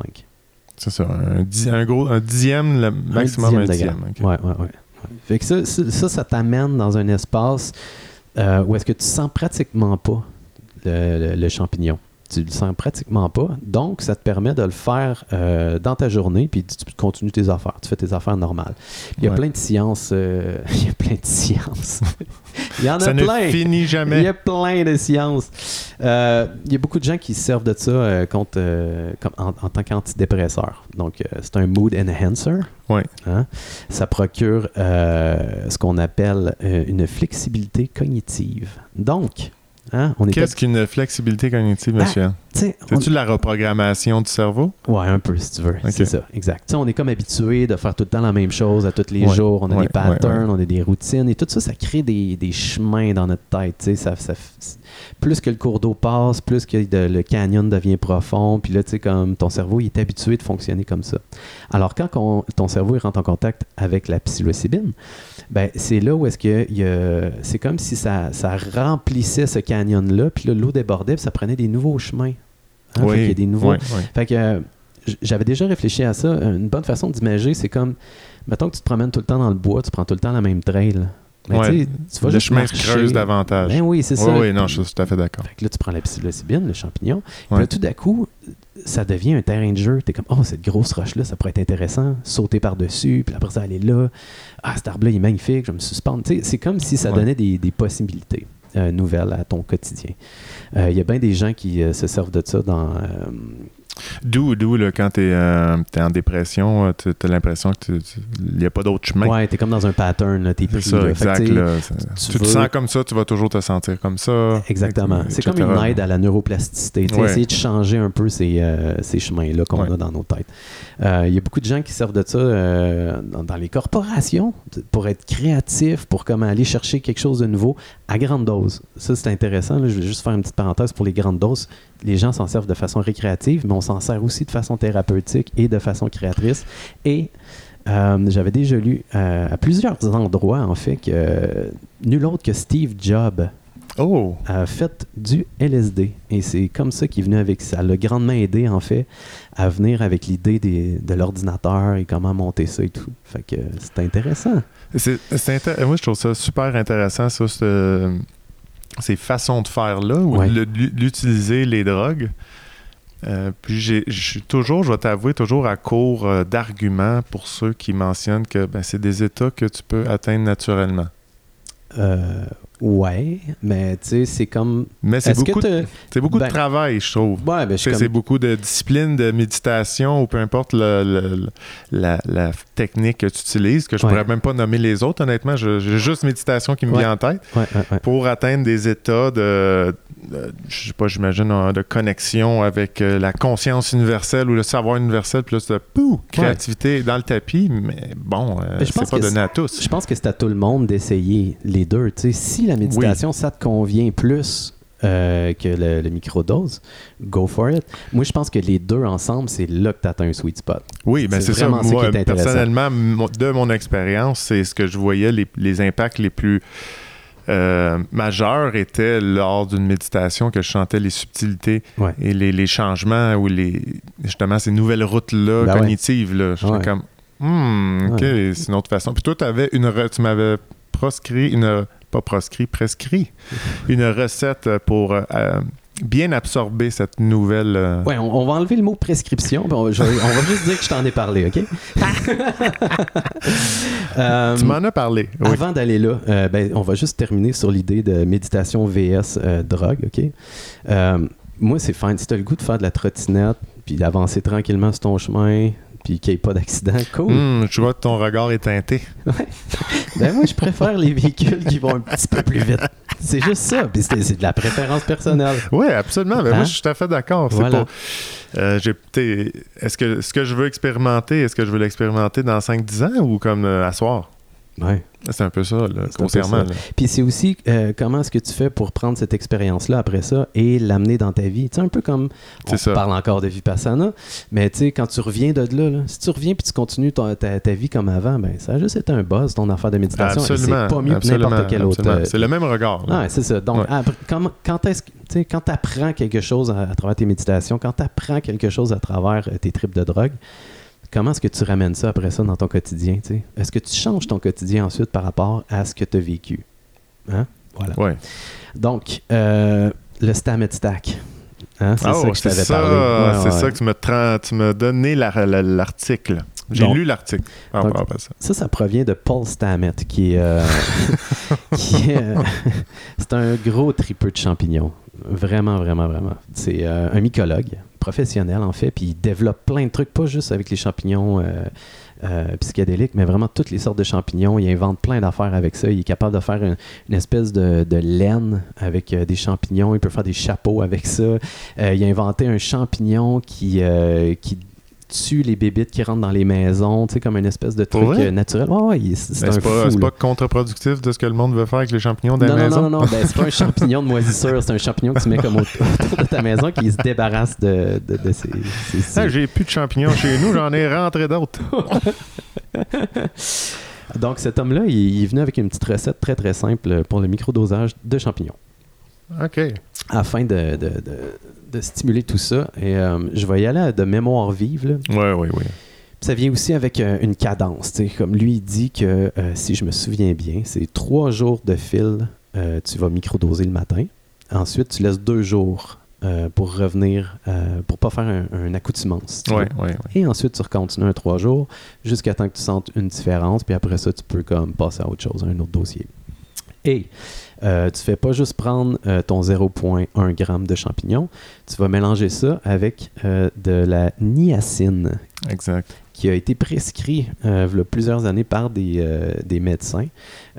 Speaker 1: C'est ça. Un, di- un gros, un dixième, le maximum un
Speaker 2: de
Speaker 1: dixième.
Speaker 2: gramme.
Speaker 1: ok.
Speaker 2: Ouais, ouais, ouais, ouais. Fait que ça, ça, ça, ça t'amène dans un espace euh, où est-ce que tu sens pratiquement pas le, le- le champignon. Tu le sens pratiquement pas. Donc, ça te permet de le faire euh, dans ta journée, puis tu tu continues tes affaires. Tu fais tes affaires normales. Il y a
Speaker 1: Ouais.
Speaker 2: plein de sciences. euh, il y a plein de sciences. il y en a
Speaker 1: Ça ne
Speaker 2: plein.
Speaker 1: finit
Speaker 2: Il y
Speaker 1: jamais.
Speaker 2: a plein de sciences. Euh, il y a beaucoup de gens qui se servent de ça euh, contre, euh, comme en, en tant qu'antidépresseur. Donc, euh, c'est un mood enhancer.
Speaker 1: Ouais.
Speaker 2: Hein? Ça procure euh, ce qu'on appelle euh, une flexibilité cognitive. Donc, hein, on est
Speaker 1: Qu'est-ce qu'une flexibilité cognitive, monsieur?
Speaker 2: tu sais, Ben, on-
Speaker 1: C'est-tu de la reprogrammation du cerveau?
Speaker 2: Ouais, un peu, si tu veux.
Speaker 1: Ok.
Speaker 2: C'est ça, exact. Tu sais, on est comme habitué de faire tout le temps la même chose à tous les
Speaker 1: Ouais,
Speaker 2: jours. On a
Speaker 1: ouais,
Speaker 2: des patterns,
Speaker 1: ouais,
Speaker 2: on a des routines et tout ça, ça crée des, des chemins dans notre tête. tu sais. Ça, ça, plus que le cours d'eau passe, plus que de- le canyon devient profond. Puis là, tu sais, comme ton cerveau, il est habitué de fonctionner comme ça. Alors, quand qu'on- ton cerveau il rentre en contact avec la psilocybine, ben, c'est là où est-ce que il y a- c'est comme si ça, ça remplissait ce canyon-là, puis là, l'eau débordait, puis ça prenait des nouveaux chemins. Hein? Fait qu'il y a des nouveaux
Speaker 1: oui, oui.
Speaker 2: fait que euh, j- j'avais déjà réfléchi à ça. Une bonne façon d'imager, c'est comme, mettons que tu te promènes tout le temps dans le bois, tu prends tout le temps la même trail. Mais
Speaker 1: Ouais,
Speaker 2: Ben, tu sais, tu vas
Speaker 1: Le
Speaker 2: juste
Speaker 1: chemin se
Speaker 2: marcher.
Speaker 1: creuse davantage.
Speaker 2: Ben oui, c'est
Speaker 1: oui,
Speaker 2: ça.
Speaker 1: oui, non, je suis tout à fait d'accord.
Speaker 2: Fait que là, tu prends la psilocybine, le champignon. Puis
Speaker 1: Ouais.
Speaker 2: là, tout d'un coup, ça devient un terrain de jeu. T'es comme, oh, cette grosse roche-là, ça pourrait être intéressant. Sauter par-dessus, puis après ça, aller là. Ah, cet arbre-là, il est magnifique, je vais me suspendre. Tu sais, c'est comme si ça
Speaker 1: Ouais.
Speaker 2: donnait des, des possibilités euh, nouvelles à ton quotidien. Euh, Il y a bien des gens qui euh, se servent de ça dans. euh,
Speaker 1: D'où, d'où là, quand t'es, euh, t'es en dépression, euh, t'as t'as l'impression que qu'il n'y a pas d'autre chemin.
Speaker 2: Ouais, t'es comme dans un pattern, là, t'es
Speaker 1: c'est
Speaker 2: pris.
Speaker 1: ça,
Speaker 2: là. Fait que,
Speaker 1: exact.
Speaker 2: tu sais,
Speaker 1: là. C'est-
Speaker 2: tu
Speaker 1: tu te
Speaker 2: veux-
Speaker 1: sens comme ça, tu vas toujours te sentir comme ça.
Speaker 2: Exactement.
Speaker 1: Et-
Speaker 2: C'est
Speaker 1: etc.
Speaker 2: comme une aide à la neuroplasticité. tu sais,
Speaker 1: Ouais.
Speaker 2: Essayer de changer un peu ces, euh, ces chemins-là qu'on
Speaker 1: Ouais.
Speaker 2: a dans nos têtes. Euh, Il y a beaucoup de gens qui servent de ça euh, dans, dans les corporations t- pour être créatifs, pour comment aller chercher quelque chose de nouveau à grande dose. Ça, c'est intéressant. là. Je vais juste faire une petite parenthèse pour les grandes doses. Les gens s'en servent de façon récréative, mais on s'en sert aussi de façon thérapeutique et de façon créatrice. Et euh, j'avais déjà lu euh, à plusieurs endroits, en fait, que euh, nul autre que Steve Jobs
Speaker 1: Oh!
Speaker 2: a fait du LSD. Et c'est comme ça qu'il est venu avec ça. l'a grandement aidé, en fait, à venir avec l'idée des- de l'ordinateur et comment monter ça et tout. Fait que c'est intéressant.
Speaker 1: C'est, c'est intér- Moi, je trouve ça super intéressant, ça, ce- ces façons de faire-là, ou
Speaker 2: Ouais.
Speaker 1: le- l'utiliser les drogues. Euh, puis j'ai- je suis toujours, je vais t'avouer, toujours à court euh, d'arguments pour ceux qui mentionnent que ben, c'est des états que tu peux atteindre naturellement.
Speaker 2: Euh, ouais, mais tu sais, c'est comme.
Speaker 1: Mais c'est
Speaker 2: Est-ce
Speaker 1: beaucoup,
Speaker 2: que
Speaker 1: de-
Speaker 2: t'as-
Speaker 1: c'est beaucoup
Speaker 2: ben-
Speaker 1: de travail, je trouve.
Speaker 2: Ouais,
Speaker 1: Tu sais,
Speaker 2: ben, je suis comme-
Speaker 1: C'est beaucoup de discipline, de méditation, ou peu importe le- le- le- la, la technique que tu utilises, que je
Speaker 2: Ouais.
Speaker 1: pourrais même pas nommer les autres, honnêtement. Je- J'ai juste méditation qui me
Speaker 2: Ouais.
Speaker 1: vient en tête.
Speaker 2: Ouais, ouais, ouais.
Speaker 1: pour atteindre des états de, de- je sais pas, j'imagine, euh, de connexion avec euh, la conscience universelle ou le savoir universel, plus de pou, créativité dans le tapis, mais bon, euh,
Speaker 2: Mais je pense
Speaker 1: c'est pas
Speaker 2: que
Speaker 1: donné
Speaker 2: c'est-
Speaker 1: à tous.
Speaker 2: Je pense que c'est à tout le monde d'essayer les deux. Tu sais, si la méditation, ça te convient plus euh, que le, le microdose, go for it. Moi, je pense que les deux ensemble, c'est là que tu atteins un sweet spot.
Speaker 1: Oui, mais
Speaker 2: c'est
Speaker 1: c'est ça.
Speaker 2: vraiment ça
Speaker 1: Moi,
Speaker 2: qui est intéressant.
Speaker 1: personnellement, mon- de mon expérience, c'est ce que je voyais, les, les impacts les plus euh, majeurs étaient lors d'une méditation que je chantais les subtilités
Speaker 2: Ouais.
Speaker 1: et les, les changements ou les justement ces nouvelles routes-là
Speaker 2: Ben ouais.
Speaker 1: cognitives. Là, j'étais
Speaker 2: Ouais.
Speaker 1: comme Hmm, ok, c'est une autre façon. Puis toi, t'avais une re- tu m'avais proscrit une pas proscrit, prescrit une recette pour euh, euh, bien absorbé cette nouvelle. euh,
Speaker 2: Ouais, on, on va enlever le mot prescription. puis On, je- on va juste dire que je t'en ai parlé, OK? Euh,
Speaker 1: Tu m'en as parlé. oui.
Speaker 2: Avant d'aller là, euh, ben, on va juste terminer sur l'idée de méditation VS euh, drogue, OK? Euh, moi, c'est fine. Si t'as le goût de faire de la trottinette, puis d'avancer tranquillement sur ton chemin, puis qu'il n'y ait pas d'accident, cool.
Speaker 1: Hum, je vois que ton regard est teinté.
Speaker 2: Ben moi, je préfère les véhicules qui vont un petit peu plus vite. C'est juste ça. Puis c'est c'est de la préférence personnelle.
Speaker 1: Oui, absolument. Ben,
Speaker 2: Hein?
Speaker 1: Moi, je suis tout à fait d'accord. C'est
Speaker 2: Voilà.
Speaker 1: pas- euh, j'ai- t'es- est-ce que ce que je veux expérimenter, est-ce que je veux l'expérimenter dans 5-10 ans ou comme euh, à soir?
Speaker 2: Ouais.
Speaker 1: C'est un peu ça, là,
Speaker 2: C'est un peu
Speaker 1: grossièrement. là.
Speaker 2: Puis c'est aussi euh, comment est-ce que tu fais pour prendre cette expérience-là après ça et l'amener dans ta vie. Tu sais, un peu comme on
Speaker 1: C'est ça.
Speaker 2: parle encore de Vipassana, mais tu sais, quand tu reviens de là, là, si tu reviens puis tu continues ton- ta, ta vie comme avant, ben ça a juste été un buzz, ton affaire de méditation. et
Speaker 1: Absolument.
Speaker 2: C'est pas mieux que
Speaker 1: absolument,
Speaker 2: n'importe quel autre.
Speaker 1: absolument.
Speaker 2: euh,
Speaker 1: C'est le même regard. là.
Speaker 2: Ah, c'est ça. Donc,
Speaker 1: Ouais.
Speaker 2: après- comme- quand est-ce que- tu sais, quand apprends quelque chose à, à travers tes méditations, quand tu apprends quelque chose à travers euh, tes tripes de drogue, comment est-ce que tu ramènes ça après ça dans ton quotidien? tu sais? Est-ce que tu changes ton quotidien ensuite par rapport à ce que tu as vécu? Hein? Voilà.
Speaker 1: Ouais.
Speaker 2: Donc, euh, le Stamet Stack. Hein, C'est
Speaker 1: Ah,
Speaker 2: ça que je
Speaker 1: c'est
Speaker 2: t'avais
Speaker 1: ça,
Speaker 2: parlé. Ouais,
Speaker 1: c'est
Speaker 2: ouais.
Speaker 1: ça que tu me, tra- tu me donnais la- la- l'article. J'ai
Speaker 2: Donc-
Speaker 1: lu l'article. Ah,
Speaker 2: Donc-
Speaker 1: on va pas ça.
Speaker 2: Ça, ça provient de Paul Stamet, qui est. euh, qui est, euh, c'est un gros tripeux de champignons. Vraiment, vraiment, vraiment. C'est euh, un mycologue professionnel, en fait, puis il développe plein de trucs, pas juste avec les champignons euh, euh, psychédéliques, mais vraiment toutes les sortes de champignons. Il invente plein d'affaires avec ça. Il est capable de faire une, une espèce de, de laine avec euh, des champignons. Il peut faire des chapeaux avec ça. Euh, il a inventé un champignon qui. euh, qui tue les bébites qui rentrent dans les maisons, tu sais, comme une espèce de
Speaker 1: Pour
Speaker 2: truc
Speaker 1: vrai?
Speaker 2: euh, naturel. Ouais, ouais, il- c'est
Speaker 1: Ben,
Speaker 2: un
Speaker 1: C'est pas,
Speaker 2: fou,
Speaker 1: c'est pas
Speaker 2: là.
Speaker 1: contre-productif de ce que le monde veut faire avec les champignons des
Speaker 2: Non, non,
Speaker 1: maisons.
Speaker 2: non, non, non, ben, c'est pas un champignon de moisissure, c'est un champignon que tu mets comme au- autour de ta maison qui se débarrasse de, de, de ses- ses- ses-
Speaker 1: Ah, J'ai plus de champignons chez nous, j'en ai rentré d'autres.
Speaker 2: Donc cet homme-là, il, il est venu avec une petite recette très très simple pour le microdosage de champignons
Speaker 1: OK.
Speaker 2: afin de, de, de, de stimuler tout ça. Et euh, je vais y aller de mémoire vive. là.
Speaker 1: Oui, oui, oui.
Speaker 2: Puis Ça vient aussi avec euh, une cadence. tu sais, Comme lui, il dit que, euh, si je me souviens bien, c'est trois jours de fil, euh, tu vas microdoser le matin. Ensuite, tu laisses deux jours euh, pour revenir, euh, pour pas faire un, un accoutumance. tu
Speaker 1: Oui,
Speaker 2: vois.
Speaker 1: oui,
Speaker 2: Et ensuite, tu recontinues un trois jours jusqu'à temps que tu sentes une différence. Puis après ça, tu peux comme passer à autre chose, à un autre dossier. Et euh, tu fais pas juste prendre euh, ton 0.1 g de champignons. Tu vas mélanger ça avec euh, de la niacine
Speaker 1: oui. Exact.
Speaker 2: qui a été prescrit euh, v'là plusieurs années par des, euh, des médecins,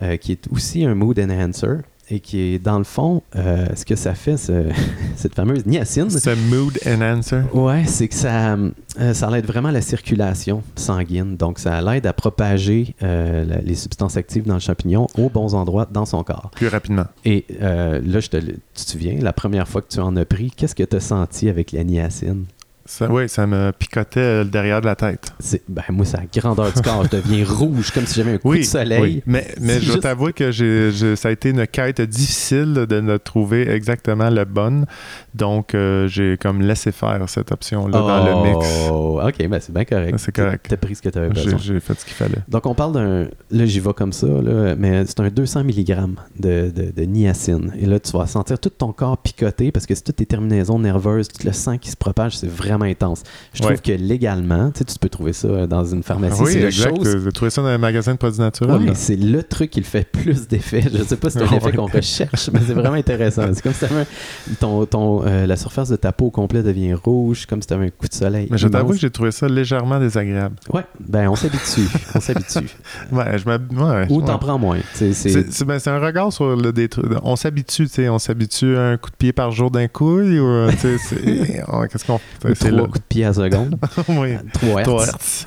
Speaker 2: euh, qui est aussi un mood enhancer et qui est, dans le fond, euh, ce que ça fait, ce- cette fameuse niacine,
Speaker 1: C'est mood enhancer.
Speaker 2: ouais, c'est que ça, euh, ça l'aide vraiment à la circulation sanguine. Donc, ça l'aide à propager euh, la- les substances actives dans le champignon aux bons endroits dans son corps.
Speaker 1: Plus rapidement.
Speaker 2: Et euh, là, je te, le- tu te souviens, la première fois que tu en as pris, qu'est-ce que tu as senti avec la niacine?
Speaker 1: Ça, oui, ça me picotait euh, le derrière de la tête.
Speaker 2: C'est- Ben, moi, c'est la grandeur du corps. Je deviens rouge comme si j'avais un coup
Speaker 1: Oui,
Speaker 2: de soleil.
Speaker 1: oui. Mais, mais
Speaker 2: C'est
Speaker 1: je dois
Speaker 2: juste-
Speaker 1: t'avouer que j'ai- je- ça a été une quête difficile de ne trouver exactement la bonne. Donc, euh, j'ai comme laissé faire cette option-là dans le mix.
Speaker 2: Oh, OK, ben c'est bien correct.
Speaker 1: C'est correct.
Speaker 2: T'as pris ce que t'avais
Speaker 1: J'ai
Speaker 2: besoin.
Speaker 1: j'ai fait ce qu'il fallait.
Speaker 2: Donc, on parle d'un... Là, j'y vais comme ça, là, mais c'est un 200 mg de, de- de niacine. Et là, tu vas sentir tout ton corps picoter parce que c'est toutes tes terminaisons nerveuses, tout le sang qui se propage, c'est vraiment intense. Je trouve
Speaker 1: Ouais.
Speaker 2: que légalement, tu sais, tu peux trouver ça euh, dans une pharmacie,
Speaker 1: Ah oui,
Speaker 2: Ben, c'est la
Speaker 1: exact. euh,
Speaker 2: chose...
Speaker 1: J'ai trouvé ça dans un magasin de produits naturels.
Speaker 2: Ouais,
Speaker 1: là.
Speaker 2: c'est le truc qui le fait plus d'effet. Je sais pas si c'est un effet
Speaker 1: Ouais.
Speaker 2: qu'on recherche, mais c'est vraiment intéressant. C'est comme si t'avais un- ton, ton, euh, la surface de ta peau au complet devient rouge, comme si t'avais un coup de soleil.
Speaker 1: Mais je
Speaker 2: immense.
Speaker 1: t'avoue que j'ai trouvé ça légèrement désagréable.
Speaker 2: Ouais, ben on s'habitue, on s'habitue.
Speaker 1: Ouais, je m'hab- ouais,
Speaker 2: Ou
Speaker 1: ouais.
Speaker 2: t'en prends moins. tu sais, c'est-
Speaker 1: C'est c'est- ben, c'est un regard sur le des trucs. On s'habitue, tu sais, on s'habitue à un coup de pied par jour d'un couille ou euh, tu sais, c'est- on- qu'est-ce qu'on
Speaker 2: ou
Speaker 1: C'est
Speaker 2: trois
Speaker 1: là.
Speaker 2: coups de pied à la seconde,
Speaker 1: oui.
Speaker 2: trois hertz.
Speaker 1: Toi, Hertz.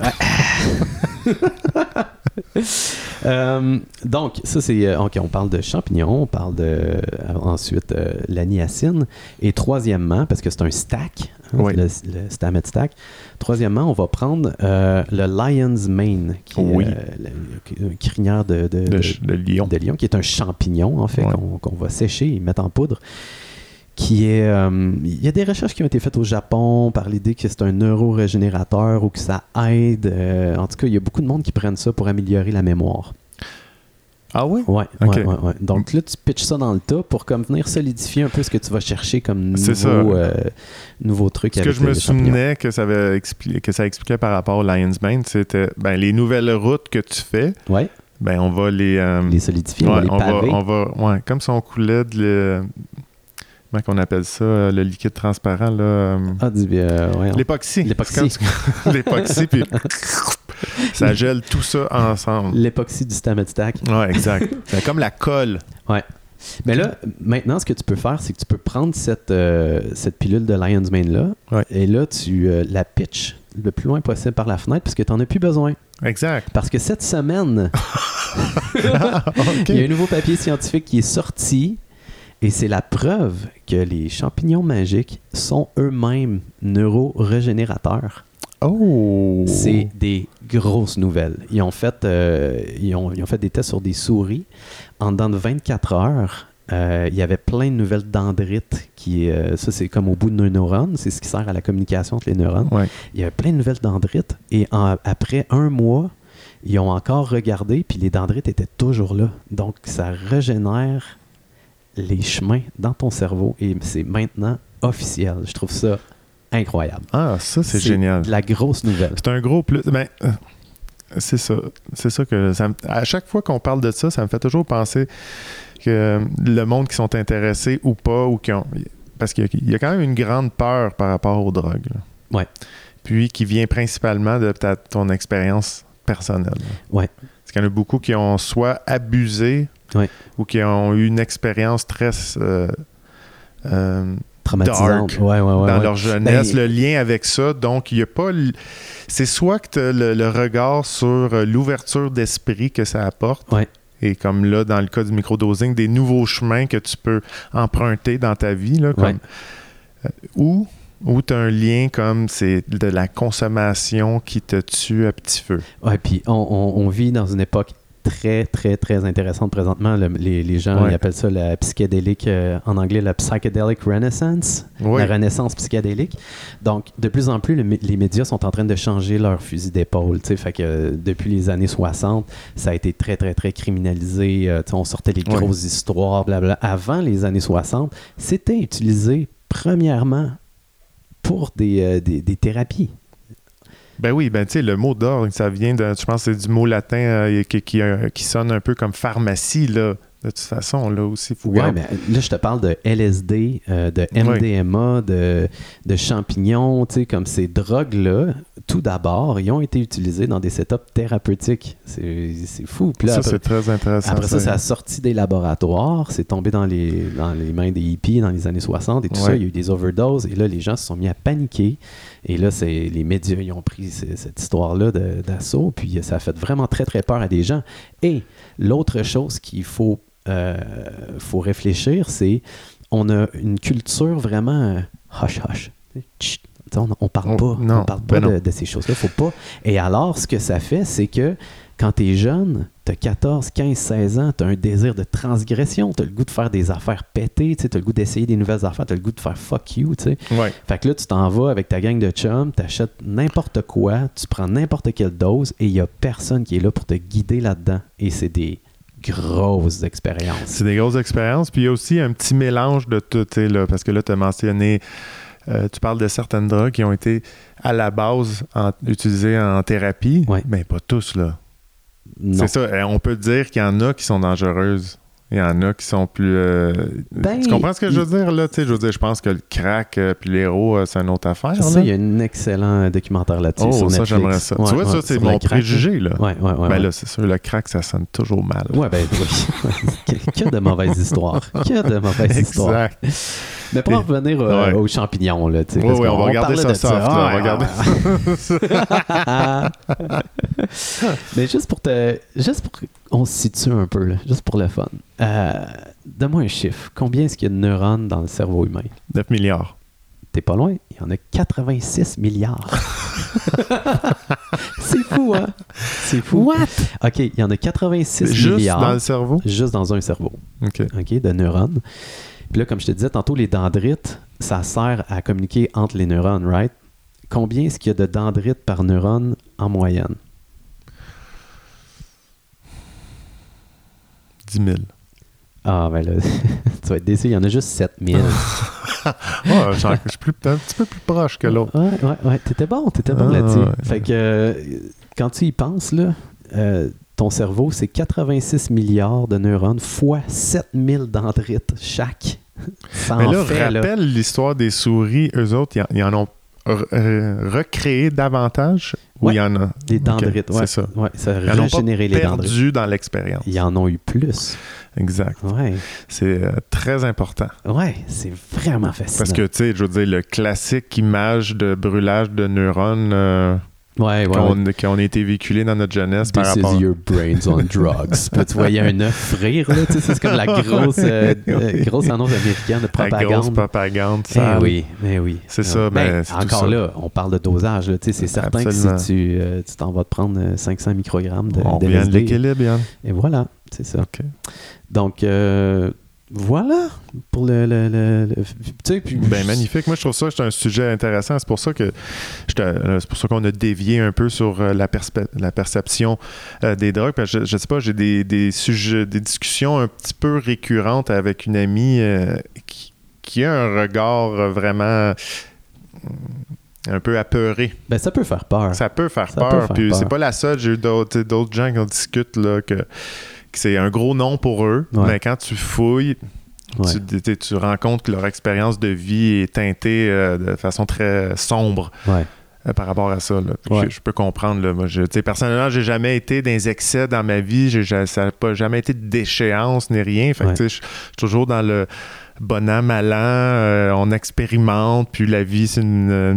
Speaker 2: Euh, donc, ça c'est... euh, OK, on parle de champignons, on parle de... euh, ensuite, euh, la niacine. Et troisièmement, parce que c'est un stack, hein,
Speaker 1: Oui.
Speaker 2: le, le Stamet stack, troisièmement, on va prendre euh, le lion's mane, qui
Speaker 1: Oui.
Speaker 2: est euh, la- une crinière de- de-
Speaker 1: Le
Speaker 2: de,
Speaker 1: ch- le lion.
Speaker 2: de lion, qui est un champignon, en fait,
Speaker 1: Ouais.
Speaker 2: qu'on qu'on va sécher et mettre en poudre. Qui est, euh, il y a des recherches qui ont été faites au Japon par l'idée que c'est un neurorégénérateur ou que ça aide. euh, en tout cas, il y a beaucoup de monde qui prennent ça pour améliorer la mémoire.
Speaker 1: Ah oui?
Speaker 2: Ouais,
Speaker 1: Ok. Mm.
Speaker 2: ouais, ouais, ouais. Donc là, tu pitches ça dans le tas pour comme venir solidifier un peu ce que tu vas chercher comme nouveau,
Speaker 1: C'est ça.
Speaker 2: euh, nouveau truc.
Speaker 1: Ce que
Speaker 2: avec
Speaker 1: je me
Speaker 2: les champignons.
Speaker 1: souvenais que ça, avait expli- que ça expliquait par rapport au Lions Mane, c'était ben, les nouvelles routes que tu fais,
Speaker 2: Ouais,
Speaker 1: ben on va les. euh,
Speaker 2: les solidifier, on va
Speaker 1: ouais,
Speaker 2: les
Speaker 1: on va,
Speaker 2: paver.
Speaker 1: on va- ouais, comme si on coulait de le- Comment qu'on appelle ça? euh, Le liquide transparent, là. euh,
Speaker 2: Ah, dis bien, euh, ouais, on-
Speaker 1: L'époxy.
Speaker 2: L'époxy.
Speaker 1: C'est quand tu- L'époxy, puis ça gèle tout ça ensemble.
Speaker 2: l'époxy du stem et du tac.
Speaker 1: Ouais, exact. C'est comme la colle.
Speaker 2: Mais là, maintenant, ce que tu peux faire, c'est que tu peux prendre cette, euh, cette pilule de Lion's Mane là,
Speaker 1: Ouais.
Speaker 2: et là, tu euh, la pitches le plus loin possible par la fenêtre parce que tu n'en as plus besoin.
Speaker 1: Exact.
Speaker 2: Parce que cette semaine,
Speaker 1: Ah, OK.
Speaker 2: il y a un nouveau papier scientifique qui est sorti et c'est la preuve que les champignons magiques sont eux-mêmes neurorégénérateurs.
Speaker 1: Oh!
Speaker 2: C'est des grosses nouvelles. Ils ont, fait, euh, ils, ont, ils ont fait des tests sur des souris. En dedans de 24 heures, euh, il y avait plein de nouvelles dendrites. Qui, euh, ça, c'est comme au bout d'un neurone. C'est ce qui sert à la communication entre les neurones.
Speaker 1: Ouais.
Speaker 2: Il y avait plein de nouvelles dendrites. Et en- après un mois, ils ont encore regardé, puis les dendrites étaient toujours là. Donc, ça régénère les chemins dans ton cerveau. Et c'est maintenant officiel. Je trouve ça incroyable.
Speaker 1: Ah, ça, c'est génial.
Speaker 2: de La grosse nouvelle.
Speaker 1: C'est un gros plus. Ben, euh, c'est ça. C'est ça que. Ça me- À chaque fois qu'on parle de ça, ça me fait toujours penser que le monde qui sont intéressés ou pas, ou qui ont. Parce qu'il y a- il y a quand même une grande peur par rapport aux drogues. là.
Speaker 2: Ouais.
Speaker 1: Puis qui vient principalement de ta- ton expérience personnelle. là.
Speaker 2: Ouais.
Speaker 1: Parce qu'il y en a beaucoup qui ont soit abusé
Speaker 2: Ouais.
Speaker 1: ou qui ont eu une expérience très. euh, euh,
Speaker 2: traumatisante.
Speaker 1: dark
Speaker 2: ouais, ouais, Ah ouais,
Speaker 1: dans
Speaker 2: ouais.
Speaker 1: leur jeunesse,
Speaker 2: Ben,
Speaker 1: le lien avec ça. Donc, il y a pas. l- C'est soit que t'as le, le regard sur euh, l'ouverture d'esprit que ça apporte.
Speaker 2: Ouais.
Speaker 1: Et comme là, dans le cas du microdosing, des nouveaux chemins que tu peux emprunter dans ta vie. Là, comme,
Speaker 2: Ouais.
Speaker 1: euh, ou ou tu as un lien comme c'est de la consommation qui te tue à petit feu.
Speaker 2: Ouais, puis on, on- on vit dans une époque très, très, très intéressante présentement. Le- les, les gens,
Speaker 1: Ouais.
Speaker 2: ils appellent ça la psychédélique, euh, en anglais, la psychedelic renaissance.
Speaker 1: Oui.
Speaker 2: la renaissance psychédélique. Donc, de plus en plus, le mé- les médias sont en train de changer leur fusil d'épaule. tu sais. Fait que euh, depuis les années 60, ça a été très, très, très criminalisé. Euh, tu sais, on sortait les
Speaker 1: Ouais.
Speaker 2: grosses histoires, blabla. Avant les années 60, c'était utilisé premièrement pour des, euh, des- des thérapies.
Speaker 1: Ben oui, ben tu sais, le mot d'ordre, ça vient de. Je pense que c'est du mot latin euh, qui, qui, euh, qui sonne un peu comme pharmacie, là. De toute façon, là aussi, faut
Speaker 2: Ouais, mais euh, là, je te parle de LSD, euh, de MDMA, de, de champignons, tu sais, comme ces drogues-là, tout d'abord, ils ont été utilisés dans des setups thérapeutiques. C'est c'est fou. Puis là,
Speaker 1: ça,
Speaker 2: après-
Speaker 1: c'est très intéressant.
Speaker 2: Après ça, ça a sorti des laboratoires, c'est tombé dans les, dans les mains des hippies dans les années 60 et
Speaker 1: Ouais.
Speaker 2: tout ça. Il y a eu des overdoses et là, les gens se sont mis à paniquer. Et là, c'est, les médias ils ont pris ce- cette histoire-là de- d'assaut, puis euh, ça a fait vraiment très, très peur à des gens. Et l'autre chose qu'il faut, euh, faut réfléchir, c'est on a une culture vraiment euh, hush-hush. Chut. Tu sais, On, on parle
Speaker 1: On-
Speaker 2: pas,
Speaker 1: non,
Speaker 2: on parle pas
Speaker 1: ben
Speaker 2: de,
Speaker 1: non.
Speaker 2: de ces choses-là, faut pas. Et alors, ce que ça fait, c'est que quand t'es jeune, t'as 14, 15, 16 ans, t'as un désir de transgression, t'as le goût de faire des affaires pétées, tu sais, t'as le goût d'essayer des nouvelles affaires, t'as le goût de faire fuck you, tu sais.
Speaker 1: Ouais.
Speaker 2: Fait que là, tu t'en vas avec ta gang de chums, t'achètes n'importe quoi, tu prends n'importe quelle dose et il y a personne qui est là pour te guider là-dedans. Et c'est des grosses expériences.
Speaker 1: C'est des grosses expériences. Puis il y a aussi un petit mélange de tout, tu sais, là, parce que là, tu as mentionné, euh, tu parles de certaines drogues qui ont été à la base en- utilisées en thérapie,
Speaker 2: Ouais.
Speaker 1: mais pas tous, là.
Speaker 2: Non.
Speaker 1: C'est ça. Eh, On peut dire qu'il y en a qui sont dangereuses. Il y en a qui sont plus. euh,
Speaker 2: Ben,
Speaker 1: tu comprends ce que je veux dire, là? Tu sais, je veux dire, je pense que le crack euh, puis l'héros, euh, c'est une autre affaire.
Speaker 2: Ça,
Speaker 1: là.
Speaker 2: il y a un excellent documentaire là-dessus.
Speaker 1: Oh,
Speaker 2: sur
Speaker 1: ça,
Speaker 2: Netflix.
Speaker 1: j'aimerais ça.
Speaker 2: Ouais,
Speaker 1: tu vois,
Speaker 2: ouais,
Speaker 1: ça, c'est
Speaker 2: sur le
Speaker 1: mon
Speaker 2: crack.
Speaker 1: préjugé, là.
Speaker 2: Ouais, ouais, ouais.
Speaker 1: Ben
Speaker 2: ouais.
Speaker 1: là, c'est sûr, le crack, ça sonne toujours mal.
Speaker 2: Ouais, ben oui. que, que de mauvaises histoires. Que de mauvaises histoires.
Speaker 1: Exact.
Speaker 2: Mais pour en revenir euh,
Speaker 1: Ouais.
Speaker 2: aux champignons, là, tu sais.
Speaker 1: Oui,
Speaker 2: parce
Speaker 1: oui,
Speaker 2: qu'on-
Speaker 1: on va regarder
Speaker 2: parlait
Speaker 1: ça
Speaker 2: de
Speaker 1: soft, là, on va
Speaker 2: Ouais,
Speaker 1: regarder
Speaker 2: ouais, ouais. Mais juste pour te. Juste pour qu'on se situe un peu, là, juste pour le fun. Euh, Donne-moi un chiffre. Combien est-ce qu'il y a de neurones dans le cerveau humain?
Speaker 1: 9 milliards.
Speaker 2: T'es pas loin, il y en a 86 milliards. c'est fou, hein? C'est fou. What? OK, il y en a 86
Speaker 1: Juste
Speaker 2: milliards
Speaker 1: dans le cerveau?
Speaker 2: juste dans un cerveau,
Speaker 1: OK.
Speaker 2: OK, de neurones. Puis là, comme je te disais tantôt, les dendrites, ça sert à communiquer entre les neurones, right? Combien est-ce qu'il y a de dendrites par neurone en moyenne?
Speaker 1: 10 000.
Speaker 2: Ah, ben là, tu vas être déçu, il y en a juste 7000.
Speaker 1: Ouais, genre, Ah, je suis plus- un petit peu plus proche que l'autre.
Speaker 2: Ouais, ouais, ouais. T'étais bon, t'étais bon
Speaker 1: Ah,
Speaker 2: là-dessus.
Speaker 1: ouais.
Speaker 2: Fait que euh, quand tu y penses, là, euh, ton cerveau, c'est 86 milliards de neurones fois 7000 dendrites chaque. Ça
Speaker 1: Mais
Speaker 2: en
Speaker 1: là,
Speaker 2: fait, là.
Speaker 1: rappelle l'histoire des souris. Eux autres, ils en- ils en ont re- euh, recréé davantage ou
Speaker 2: Ouais.
Speaker 1: il y en a
Speaker 2: Les dendrites,
Speaker 1: Ok,
Speaker 2: ouais.
Speaker 1: c'est ça.
Speaker 2: Ouais, ça
Speaker 1: Ils en ont pas
Speaker 2: régénérait les dendrites.
Speaker 1: perdu dans l'expérience.
Speaker 2: Ils en ont eu plus.
Speaker 1: Exact.
Speaker 2: Ouais,
Speaker 1: C'est euh, très important.
Speaker 2: ouais c'est vraiment fascinant.
Speaker 1: Parce que, tu sais, je veux dire, le classique image de brûlage de neurones euh,
Speaker 2: ouais, ouais, ouais.
Speaker 1: qu'on- qui ont été véhiculés dans notre jeunesse par
Speaker 2: This
Speaker 1: rapport
Speaker 2: is your brains on drugs. Puis tu voyais un œuf rire, là, tu sais, c'est comme la grosse, euh, euh, grosse annonce américaine de
Speaker 1: à la grosse
Speaker 2: propagande.
Speaker 1: propagande.
Speaker 2: Eh
Speaker 1: sale.
Speaker 2: oui, mais oui.
Speaker 1: C'est
Speaker 2: Euh,
Speaker 1: ça,
Speaker 2: ben,
Speaker 1: mais c'est tout
Speaker 2: encore
Speaker 1: ça.
Speaker 2: là, on parle de dosage. là, tu sais, C'est certain
Speaker 1: Absolument.
Speaker 2: que si tu euh, tu t'en vas te prendre euh, 500 microgrammes de,
Speaker 1: On
Speaker 2: d'
Speaker 1: vient de
Speaker 2: LSD,
Speaker 1: l'équilibre, Yann.
Speaker 2: Et voilà, c'est ça.
Speaker 1: OK.
Speaker 2: Donc, euh, voilà pour le... le- le- le- tu sais, puis-
Speaker 1: Ben, magnifique. Moi, je trouve ça que c'est un sujet intéressant. C'est pour ça que je te- euh, c'est pour ça qu'on a dévié un peu sur euh, la, perspe- la perception euh, des drogues. Parce que je, je sais pas, j'ai des, des sujets, des discussions un petit peu récurrentes avec une amie euh, qui, qui a un regard euh, vraiment euh, un peu apeuré.
Speaker 2: Ben, ça peut faire peur.
Speaker 1: Ça peut faire
Speaker 2: Ça peut
Speaker 1: peur.
Speaker 2: faire
Speaker 1: puis c'est
Speaker 2: peur.
Speaker 1: pas la seule. J'ai eu d'autres d'autres gens qui en discutent là, que, que c'est un gros nom pour eux.
Speaker 2: Ouais.
Speaker 1: Mais quand tu fouilles,
Speaker 2: Ouais.
Speaker 1: tu, tu- tu rends compte que leur expérience de vie est teintée euh, de façon très sombre
Speaker 2: Ouais.
Speaker 1: euh, par rapport à ça. là. Puis
Speaker 2: Ouais.
Speaker 1: Je, je peux comprendre. Là, moi, je, tu sais, personnellement, j'ai jamais été dans les excès dans ma vie. J'ai, j'ai- ça n'a pas jamais été de déchéance ni rien. Fait que,
Speaker 2: Ouais.
Speaker 1: tu sais, je je suis toujours dans le bon an, mal an. euh, on expérimente. Puis la vie, c'est une- euh,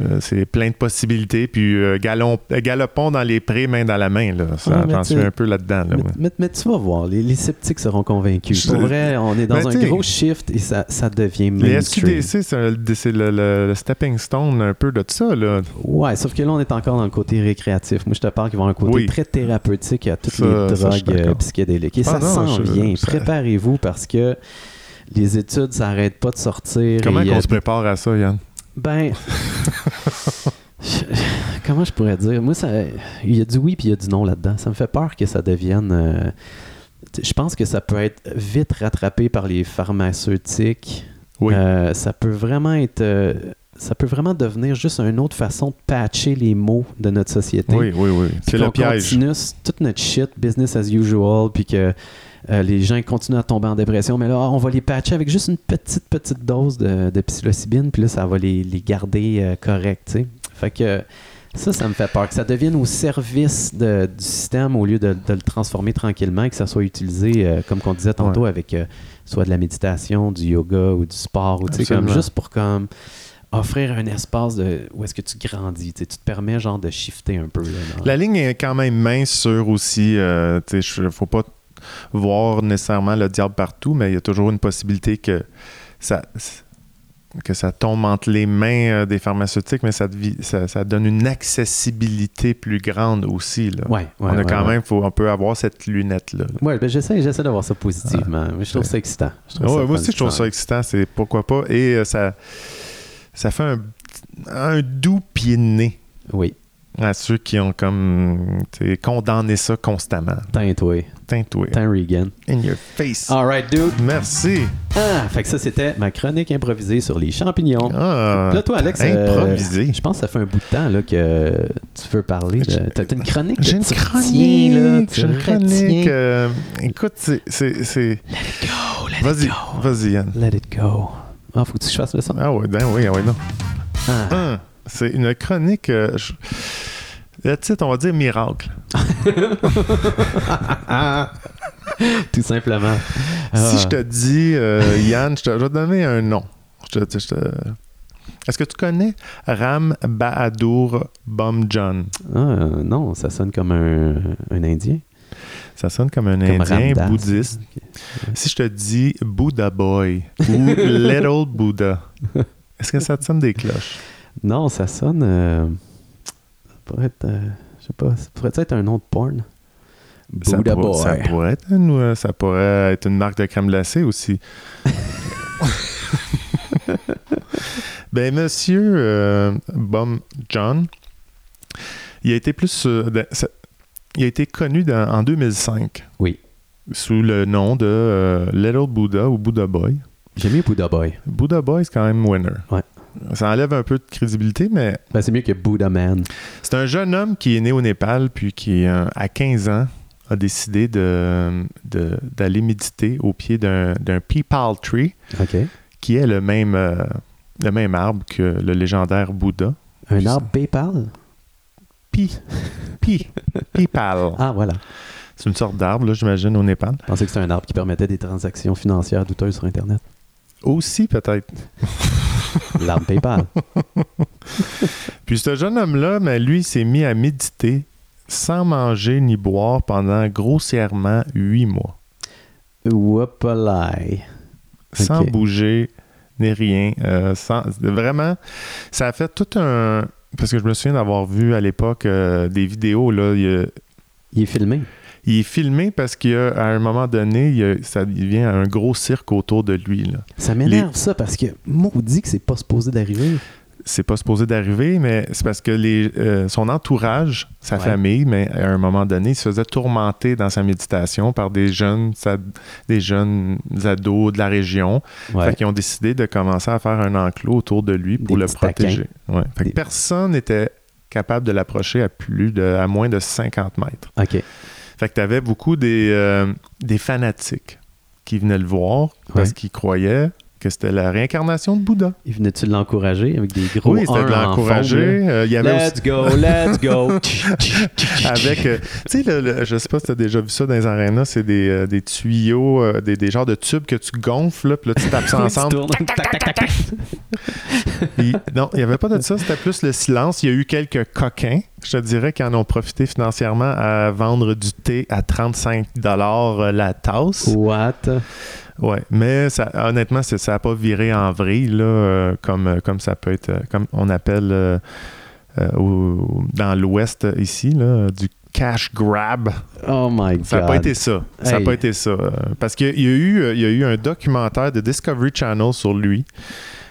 Speaker 1: euh, c'est plein de possibilités. Puis euh, galon- euh, galopons dans les prés, main dans la main. Là. Ça,
Speaker 2: Ouais, mais
Speaker 1: j'en
Speaker 2: tu-
Speaker 1: suis un peu là-dedans. là,
Speaker 2: Mais,
Speaker 1: moi.
Speaker 2: mais- mais tu vas voir, les, les sceptiques seront convaincus.
Speaker 1: Ben, Je-
Speaker 2: Pour vrai, on est dans
Speaker 1: Mais
Speaker 2: un
Speaker 1: t'sais-
Speaker 2: gros shift et ça, ça devient
Speaker 1: Les
Speaker 2: mainstream.
Speaker 1: SQDC, c'est, un- c'est le, le- le stepping stone un peu de ça. Là.
Speaker 2: Ouais, sauf que là, on est encore dans le côté récréatif. Moi, je te parle qu'ils vont un côté
Speaker 1: Oui.
Speaker 2: très thérapeutique à toutes
Speaker 1: Ça,
Speaker 2: les
Speaker 1: ça, je suis
Speaker 2: drogues euh,
Speaker 1: d'accord.
Speaker 2: psychédéliques. Et
Speaker 1: Ah
Speaker 2: ça
Speaker 1: non,
Speaker 2: s'en
Speaker 1: je-
Speaker 2: vient.
Speaker 1: ça-
Speaker 2: Préparez-vous parce que les études s'arrêtent pas de sortir.
Speaker 1: Comment
Speaker 2: et,
Speaker 1: qu'on
Speaker 2: euh,
Speaker 1: se prépare à ça, Yann?
Speaker 2: Ben. je- Comment je pourrais dire? Moi, ça, il y a du oui puis il y a du non là-dedans. Ça me fait peur que ça devienne. euh, t- je pense que ça peut être vite rattrapé par les pharmaceutiques.
Speaker 1: Oui.
Speaker 2: Euh, ça peut vraiment être. euh, ça peut vraiment devenir juste une autre façon de patcher les mots de notre société.
Speaker 1: oui, oui, oui. C'est
Speaker 2: Puis
Speaker 1: le
Speaker 2: qu'on
Speaker 1: piège.
Speaker 2: continue s- toute notre shit, business as usual, puis que euh, les gens continuent à tomber en dépression. Mais là, ah, on va les patcher avec juste une petite, petite dose de, de psilocybine, puis là, ça va les, les garder euh, corrects, tu sais. Fait que ça, ça me fait peur. Que ça devienne au service de- du système au lieu de, de le transformer tranquillement, et que ça soit utilisé, euh, comme qu'on disait tantôt, avec euh, soit de la méditation, du yoga ou du sport, ou tu sais, comme
Speaker 1: Absolument.
Speaker 2: juste pour comme offrir un espace de où est-ce que tu grandis, tu sais, tu te permets genre de shifter un peu. là, dans-
Speaker 1: La ligne est quand même mince sur aussi. euh, tu sais, je- faut pas voir nécessairement le diable partout, mais il y a toujours une possibilité que ça que ça tombe entre les mains euh, des pharmaceutiques, mais ça, devi- ça, ça donne une accessibilité plus grande aussi. Là.
Speaker 2: Ouais, ouais,
Speaker 1: on a
Speaker 2: ouais,
Speaker 1: quand
Speaker 2: ouais.
Speaker 1: même, faut, on peut avoir cette lunette-là.
Speaker 2: Ouais, ben j'essaie, j'essaie de voir ça positivement. mais je trouve ça excitant. Je trouve
Speaker 1: Ah Ouais,
Speaker 2: ça
Speaker 1: moi
Speaker 2: fun,
Speaker 1: aussi, je trouve ça excitant. C'est pourquoi pas. Et euh, ça, ça fait un, un doux pied de nez
Speaker 2: Oui,
Speaker 1: à ceux qui ont comme t'sais, condamné ça constamment.
Speaker 2: teint-toi,
Speaker 1: Tintoué.
Speaker 2: teint Regan.
Speaker 1: In your face.
Speaker 2: Alright, dude.
Speaker 1: Merci.
Speaker 2: Ah, fait que ça, c'était ma chronique improvisée sur les champignons.
Speaker 1: Ah,
Speaker 2: Là, toi, Alex, euh,
Speaker 1: improvisé.
Speaker 2: je pense que ça fait un bout de temps là, que tu veux parler. de- T'as t'as une chronique que
Speaker 1: J'ai une
Speaker 2: tu retiens, là.
Speaker 1: chronique.
Speaker 2: Tu
Speaker 1: J'ai une
Speaker 2: retiens.
Speaker 1: chronique. euh, écoute, c'est- c'est. c'est-
Speaker 2: Go, let
Speaker 1: Vas-y,
Speaker 2: it go.
Speaker 1: vas-y, Yann.
Speaker 2: Let it go. Ah, faut que tu fasses le son.
Speaker 1: Ah ouais, ben oui, ah ouais, non.
Speaker 2: Ah.
Speaker 1: Hum, C'est une chronique. euh, je- Le titre, on va dire miracle.
Speaker 2: Ah. Tout simplement. Ah.
Speaker 1: Si je te dis, euh, Yann, je, te- je vais te donner un nom. Je te- je te- Est-ce que tu connais Ram Bahadur Bomjon?
Speaker 2: Ah, euh, non, ça sonne comme un, un Indien.
Speaker 1: Ça sonne comme un
Speaker 2: Comme
Speaker 1: Indien
Speaker 2: Ramdas.
Speaker 1: bouddhiste. Si je te dis Buddha Boy ou Little Buddha, est-ce que ça te sonne des cloches?
Speaker 2: Non, ça sonne. euh, ça pourrait être. euh, je sais pas, ça pourrait être un nom de porn.
Speaker 1: Ça
Speaker 2: Buddha
Speaker 1: pour-
Speaker 2: Boy.
Speaker 1: Ça pourrait, être une, euh, ça pourrait être une marque de crème glacée aussi. ben, monsieur euh, Bum John, il a été plus. euh, dans- ça- il a été connu dans- en 2005.
Speaker 2: Oui.
Speaker 1: sous le nom de euh, Little Buddha ou Buddha Boy.
Speaker 2: J'aime mieux Buddha Boy.
Speaker 1: Buddha Boy, c'est quand même winner.
Speaker 2: Ouais.
Speaker 1: Ça enlève un peu de crédibilité, mais
Speaker 2: Ben, c'est mieux que Buddha Man.
Speaker 1: c'est un jeune homme qui est né au Népal, puis qui, euh, à 15 ans, a décidé de- de- d'aller méditer au pied d'un d'un peepal tree,
Speaker 2: OK.
Speaker 1: qui est le même, euh, le même arbre que le légendaire Bouddha.
Speaker 2: Un
Speaker 1: Puis
Speaker 2: arbre PayPal?
Speaker 1: Pi, pi, peepal.
Speaker 2: Ah, voilà.
Speaker 1: C'est une sorte d'arbre, là, j'imagine, au Népal.
Speaker 2: Je pensais que c'était un arbre qui permettait des transactions financières douteuses sur Internet.
Speaker 1: Aussi, peut-être.
Speaker 2: L'arbre PayPal.
Speaker 1: Puis ce jeune homme-là, mais lui, s'est mis à méditer sans manger ni boire pendant grossièrement huit mois.
Speaker 2: Whoopalai.
Speaker 1: Sans
Speaker 2: Ok.
Speaker 1: bouger, ni rien. euh, sans- Vraiment, ça a fait tout un... Parce que je me souviens d'avoir vu à l'époque euh, des vidéos, là, il, y a-
Speaker 2: Il est filmé.
Speaker 1: il est filmé parce qu'à un moment donné, il y a- ça devient un gros cirque autour de lui. là.
Speaker 2: Ça m'énerve, ça, parce que maudit que c'est pas supposé d'arriver.
Speaker 1: c'est pas supposé d'arriver, mais c'est parce que les, euh, son entourage, sa
Speaker 2: Ouais.
Speaker 1: famille, mais à un moment donné, il se faisait tourmenter dans sa méditation par des jeunes, sa- des jeunes ados de la région.
Speaker 2: Ouais.
Speaker 1: Fait qu'ils ont décidé de commencer à faire un enclos autour de lui pour
Speaker 2: Des
Speaker 1: le
Speaker 2: petits taquins.
Speaker 1: protéger. Ouais. Fait que
Speaker 2: Des-
Speaker 1: personne n'était capable de l'approcher à plus de à moins de 50 mètres.
Speaker 2: OK.
Speaker 1: Fait que t'avais beaucoup des, euh, des fanatiques qui venaient le voir parce
Speaker 2: Ouais.
Speaker 1: qu'ils croyaient que c'était la réincarnation de Bouddha.
Speaker 2: Il venait-tu de l'encourager avec des gros
Speaker 1: Oui, c'était de
Speaker 2: un en fond,
Speaker 1: l'encourager. Euh, il y
Speaker 2: là?
Speaker 1: avait aussi-
Speaker 2: Let's go, let's go.
Speaker 1: avec, euh, tu sais, le- le- je sais pas si tu as déjà vu ça dans les arénas, c'est des, euh, des tuyaux, euh, des, des genres de tubes que tu gonfles, là, puis là, tu tapes ça ensemble.
Speaker 2: Tac, tac, tac, tac, tac.
Speaker 1: Puis, non, il n'y avait pas de ça, c'était plus le silence. Il y a eu quelques coquins, je te dirais, qui en ont profité financièrement à vendre du thé à 35 euh, la tasse.
Speaker 2: What?
Speaker 1: Ouais, mais ça, honnêtement, c'est- ça n'a pas viré en vrille, là, euh, comme, euh, comme ça peut être, euh, comme on appelle euh, euh, au- dans l'Ouest, euh, ici, là, euh, du cash grab.
Speaker 2: Oh my god.
Speaker 1: Ça n'a pas été ça. Ça n'a
Speaker 2: Hey.
Speaker 1: pas été ça. Euh, Parce qu'il y, a eu, euh, il y a eu un documentaire de Discovery Channel sur lui.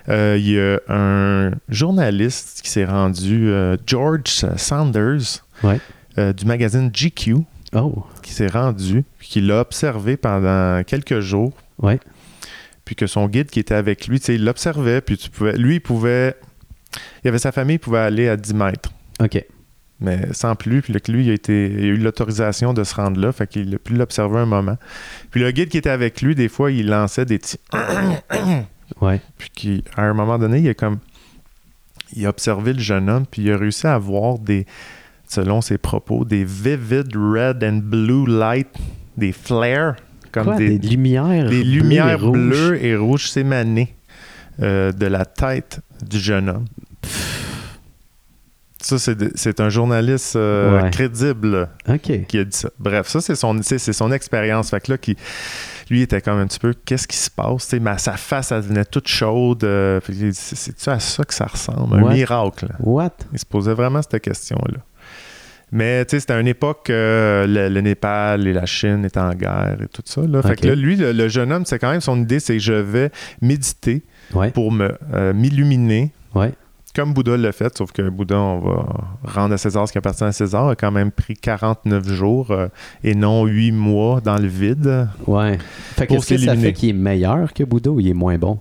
Speaker 1: Euh, Il y a un journaliste qui s'est rendu, euh, George Sanders,
Speaker 2: Ouais.
Speaker 1: euh, du magazine GQ,
Speaker 2: Oh,
Speaker 1: qui s'est rendu, puis qui l'a observé pendant quelques jours.
Speaker 2: Ouais.
Speaker 1: Puis que son guide qui était avec lui, tu sais, il l'observait, puis tu pouvais, lui, il pouvait, il y avait sa famille, il pouvait aller à 10 mètres,
Speaker 2: OK.
Speaker 1: mais sans plus. Puis là, que lui, il a, été, il a eu l'autorisation de se rendre là, fait qu'il a pu l'observer un moment. Puis le guide qui était avec lui, des fois, il lançait des petits...
Speaker 2: Ouais.
Speaker 1: Puis qui, à un moment donné, il a comme... Il a observé le jeune homme, puis il a réussi à voir des, selon ses propos, des vivid red and blue light, des flares, comme
Speaker 2: Quoi,
Speaker 1: des,
Speaker 2: des, lumières
Speaker 1: des
Speaker 2: bleues et
Speaker 1: lumières
Speaker 2: rouges?
Speaker 1: bleues et rouges s'émanaient euh, de la tête du jeune homme. Ça, c'est de- c'est un journaliste euh,
Speaker 2: Ouais.
Speaker 1: crédible
Speaker 2: OK.
Speaker 1: qui a dit ça. Bref, ça, c'est son, c'est c'est son expérience. Fait que là, qui, lui, il était comme un petit peu, qu'est-ce qui se passe? Tu sais, mais sa face, elle devenait toute chaude. euh, puis il dit, c'est- C'est-tu à ça que ça ressemble? Un
Speaker 2: Ouais.
Speaker 1: miracle.
Speaker 2: What?
Speaker 1: Il se posait vraiment cette question-là. Mais tu sais, c'était à une époque que le, le Népal et la Chine étaient en guerre et tout ça. Là. Fait
Speaker 2: Ok.
Speaker 1: que là, lui, le, le jeune homme, c'est quand même son idée, c'est je vais méditer
Speaker 2: Ouais.
Speaker 1: pour me euh, m'illuminer,
Speaker 2: Ouais.
Speaker 1: comme Bouddha l'a fait, sauf que Bouddha, on va rendre à César ce qui appartient à César, a quand même pris 49 jours euh, et non 8 mois dans le vide.
Speaker 2: Ouais. Fait que
Speaker 1: Pour
Speaker 2: est-ce que ça
Speaker 1: s'éliminer.
Speaker 2: fait qu'il est meilleur que Bouddha ou il est moins bon?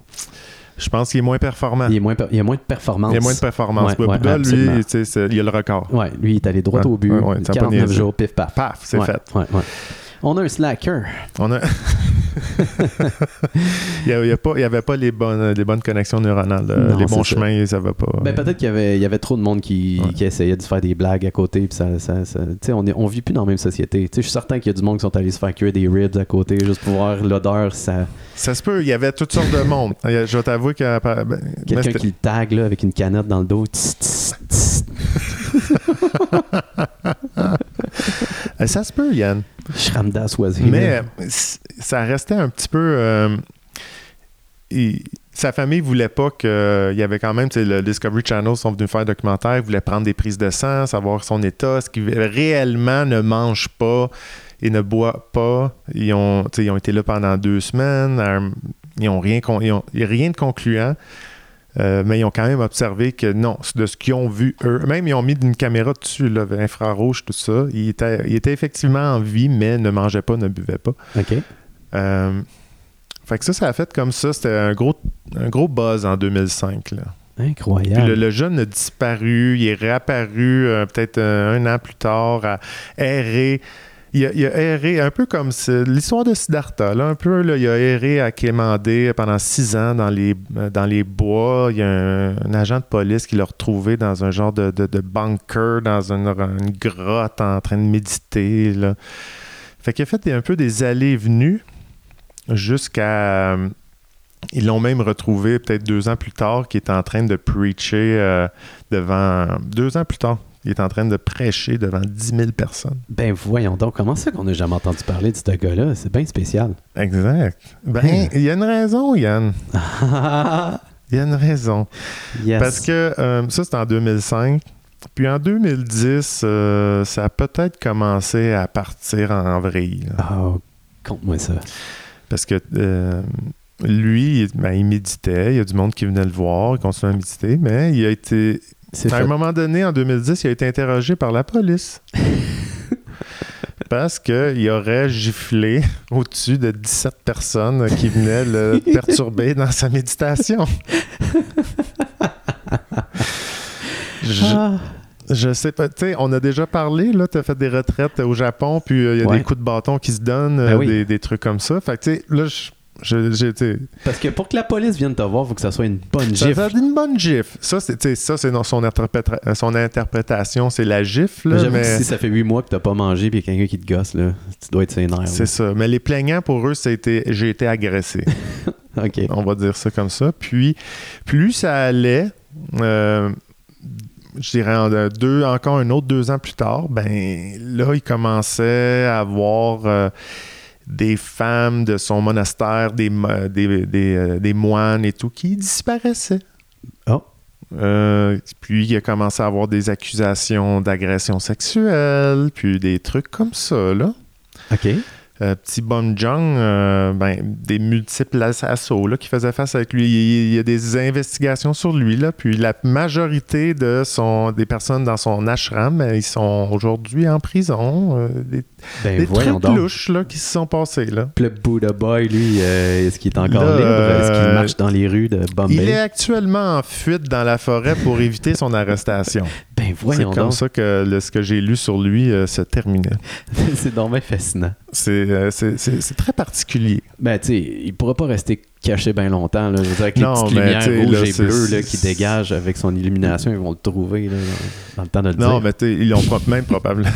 Speaker 1: Je pense qu'il est moins performant.
Speaker 2: Il, est moins per- il y a moins de performance.
Speaker 1: Ah. Il y a moins de performance.
Speaker 2: Ouais, ouais,
Speaker 1: Bouddha,
Speaker 2: absolument.
Speaker 1: lui, tu sais, c'est- il a le record.
Speaker 2: Ouais, lui, il est allé droit
Speaker 1: Ouais,
Speaker 2: au but.
Speaker 1: Ah, ouais, ouais, t'as pas
Speaker 2: 49
Speaker 1: niaisé.
Speaker 2: jours, pif paf.
Speaker 1: Paf, c'est
Speaker 2: Ouais,
Speaker 1: fait.
Speaker 2: ouais, ouais. On a un slacker.
Speaker 1: On a- il n'y avait pas les bonnes, les bonnes connexions neuronales. euh,
Speaker 2: Non,
Speaker 1: les bons
Speaker 2: c'est ça.
Speaker 1: chemins, ça va pas.
Speaker 2: Ben, peut-être qu'il y avait, il y avait trop de monde qui,
Speaker 1: Ouais.
Speaker 2: qui essayait de se faire des blagues à côté. Puis ça, ça- ça- tu sais, on, est, on vit plus dans la même société. Tu sais, je suis certain qu'il y a du monde qui sont allés se faire cuire des ribs à côté juste pour voir l'odeur. Ça...
Speaker 1: Ça se peut, il y avait toutes sortes de monde. Il y a- Je vais t'avouer que. ben, mais
Speaker 2: Quelqu'un
Speaker 1: c'était-
Speaker 2: qui le tag là, avec une canette dans le dos. Tss, tss, tss.
Speaker 1: Euh, Ça se peut, Yann.
Speaker 2: Shramdas was here.
Speaker 1: Mais euh, c- ça restait un petit peu. euh, il- sa famille voulait pas que. Il y avait quand même. tu sais, Le Discovery Channel sont venus faire un documentaire. Ils voulaient prendre des prises de sang, savoir son état, ce qu'il réellement ne mange pas et ne boit pas. Ils ont, tu sais, ils ont été là pendant deux semaines. euh, Ils n'ont rien, con- ils ont- ils ont rien de concluant. Euh, mais ils ont quand même observé que non, de ce qu'ils ont vu eux, même ils ont mis une caméra dessus, là, infrarouge, tout ça. Il était, il était effectivement en vie, mais ne mangeait pas, ne buvait pas.
Speaker 2: OK.
Speaker 1: Euh, fait que ça, ça a fait comme ça. C'était un gros, un gros buzz en 2005. Là. Puis
Speaker 2: Incroyable.
Speaker 1: le, le jeune a disparu, il est réapparu euh, peut-être euh, un an plus tard, à errer. Il a, il a erré un peu comme c'est l'histoire de Siddhartha. Là, un peu, là, il a erré à Kémandé pendant six ans dans les, euh, dans les bois. Il y a un, un agent de police qui l'a retrouvé dans un genre de, de- de bunker, dans une, une grotte, en train de méditer. Là. Fait qu'il a fait des- un peu des allées et venues jusqu'à. euh, Ils l'ont même retrouvé peut-être deux ans plus tard, qui est en train de preacher euh, devant. Deux ans plus tard, il est en train de prêcher devant 10 000 personnes.
Speaker 2: Ben voyons donc, comment ça qu'on n'a jamais entendu parler de ce gars-là? C'est bien spécial.
Speaker 1: Exact. Ben,
Speaker 2: Hmm.
Speaker 1: il y a une raison, Yann. Il y a une raison.
Speaker 2: yes.
Speaker 1: Parce que euh, ça, c'est en 2005. Puis en 2010, euh, ça a peut-être commencé à partir en vrille. là.
Speaker 2: Oh, compte-moi ça.
Speaker 1: Parce que euh, lui, il, ben, il méditait, il y a du monde qui venait le voir, il continuait à méditer, mais il a été.
Speaker 2: C'est
Speaker 1: À un
Speaker 2: fait.
Speaker 1: moment donné, en 2010, il a été interrogé par la police. Parce qu'il aurait giflé au-dessus de 17 personnes qui venaient le perturber dans sa méditation. Je-
Speaker 2: Ah.
Speaker 1: je sais pas, tu sais, on a déjà parlé, là, t'as fait des retraites au Japon, puis euh, il y a
Speaker 2: Ouais.
Speaker 1: des coups de bâton qui se donnent,
Speaker 2: Ben
Speaker 1: euh,
Speaker 2: oui.
Speaker 1: des, des trucs comme ça. Fait que, tu sais, là, je- je- j'ai, tu sais,
Speaker 2: Parce que pour que la police vienne te voir, il faut que ça soit une bonne
Speaker 1: ça
Speaker 2: gifle.
Speaker 1: fait une bonne gifle. Ça, c'est, tu sais, ça, c'est dans son, interprétra- euh, son interprétation, c'est la gifle, là,
Speaker 2: J'avoue que
Speaker 1: mais
Speaker 2: si ça fait 8 mois que t'as pas mangé puis y a quelqu'un qui te gosse, là, tu dois être sénère.
Speaker 1: c'est ça. Mais les plaignants, pour eux, c'était j'ai été agressé.
Speaker 2: OK.
Speaker 1: on va dire ça comme ça. Puis, plus ça allait, euh, je dirais en- euh, deux, encore un autre deux ans plus tard, ben là, il commençait à voir euh, des femmes de son monastère, des, mo- des, des, euh, des moines et tout, qui disparaissaient.
Speaker 2: Oh.
Speaker 1: Euh, puis il a commencé à avoir des accusations d'agression sexuelle, puis des trucs comme ça, là.
Speaker 2: OK.
Speaker 1: Euh, petit Bon Jong, euh, ben, des multiples ass- assauts là, qui faisaient face avec lui. Il, il y a des investigations sur lui. Là, puis la majorité de son, des personnes dans son ashram, euh, ils sont aujourd'hui en prison. euh, des
Speaker 2: Ben
Speaker 1: des
Speaker 2: voyons
Speaker 1: trucs
Speaker 2: donc.
Speaker 1: louches là, qui se sont passés. Là.
Speaker 2: Puis Le Buddha Boy, lui, euh, est-ce qu'il est encore
Speaker 1: Là,
Speaker 2: libre? Est-ce qu'il
Speaker 1: euh,
Speaker 2: marche dans les rues de Bombay?
Speaker 1: Il est actuellement en fuite dans la forêt pour éviter son arrestation.
Speaker 2: Ben
Speaker 1: C'est
Speaker 2: voyons
Speaker 1: comme
Speaker 2: donc.
Speaker 1: ça que le- ce que j'ai lu sur lui euh, se terminait.
Speaker 2: C'est donc bien fascinant.
Speaker 1: C'est euh, c'est- c'est- c'est très particulier.
Speaker 2: Ben, tu sais, il pourra pas rester caché bien longtemps. Là. Je veux dire, avec
Speaker 1: Non,
Speaker 2: les petites
Speaker 1: mais tu sais,
Speaker 2: lumières
Speaker 1: là,
Speaker 2: rouges et
Speaker 1: c'est-
Speaker 2: bleues là, qui
Speaker 1: c'est-
Speaker 2: dégagent avec son illumination, ils vont le trouver là, dans- dans le temps de le
Speaker 1: Non,
Speaker 2: dire.
Speaker 1: mais t'sais, ils l'ont pro- même probablement.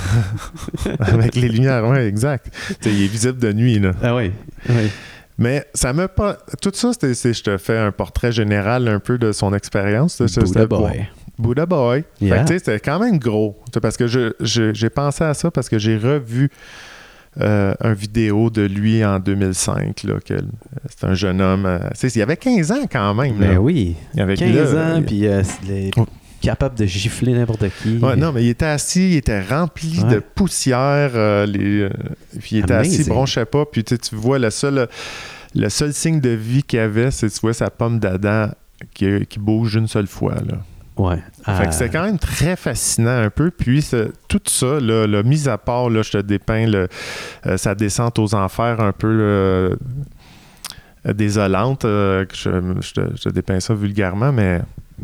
Speaker 1: Avec les lumières, oui, exact. T'sais, il est visible de nuit, là.
Speaker 2: Ah oui, oui.
Speaker 1: Mais ça m'a pas. Tout ça, c'était, c'est- je te fais un portrait général un peu de son expérience. là. Ça,
Speaker 2: Buddha
Speaker 1: c'était pour-
Speaker 2: Boy.
Speaker 1: Buddha Boy. Fait que,
Speaker 2: Yeah.
Speaker 1: tu sais, c'était quand même gros. Tu sais, Parce que je, je- j'ai pensé à ça parce que j'ai revu euh, un vidéo de lui en 2005. Là, que, euh, c'est un jeune homme. euh, tu sais, il avait 15 ans quand même. là.
Speaker 2: Ben oui,
Speaker 1: Avec
Speaker 2: 15
Speaker 1: là,
Speaker 2: ans,
Speaker 1: il-
Speaker 2: puis euh, c'est les-
Speaker 1: Oh.
Speaker 2: capable de gifler n'importe qui.
Speaker 1: Ouais, non, mais il était assis, il était rempli
Speaker 2: Ouais.
Speaker 1: de poussière. euh, les, euh, puis il était assis, il
Speaker 2: Amazing.
Speaker 1: bronchait pas. Puis tu sais, tu vois, le seul, le seul signe de vie qu'il avait, c'est tu vois sa pomme d'Adam qui, qui bouge une seule fois. Là.
Speaker 2: Ouais.
Speaker 1: Fait
Speaker 2: Ah,
Speaker 1: que c'était quand même très fascinant un peu. Puis ce- tout ça, là, là, mis à part, là, je te dépeins le- euh, sa descente aux enfers un peu euh, désolante. euh, que je, je te, je te dépeins ça vulgairement, mais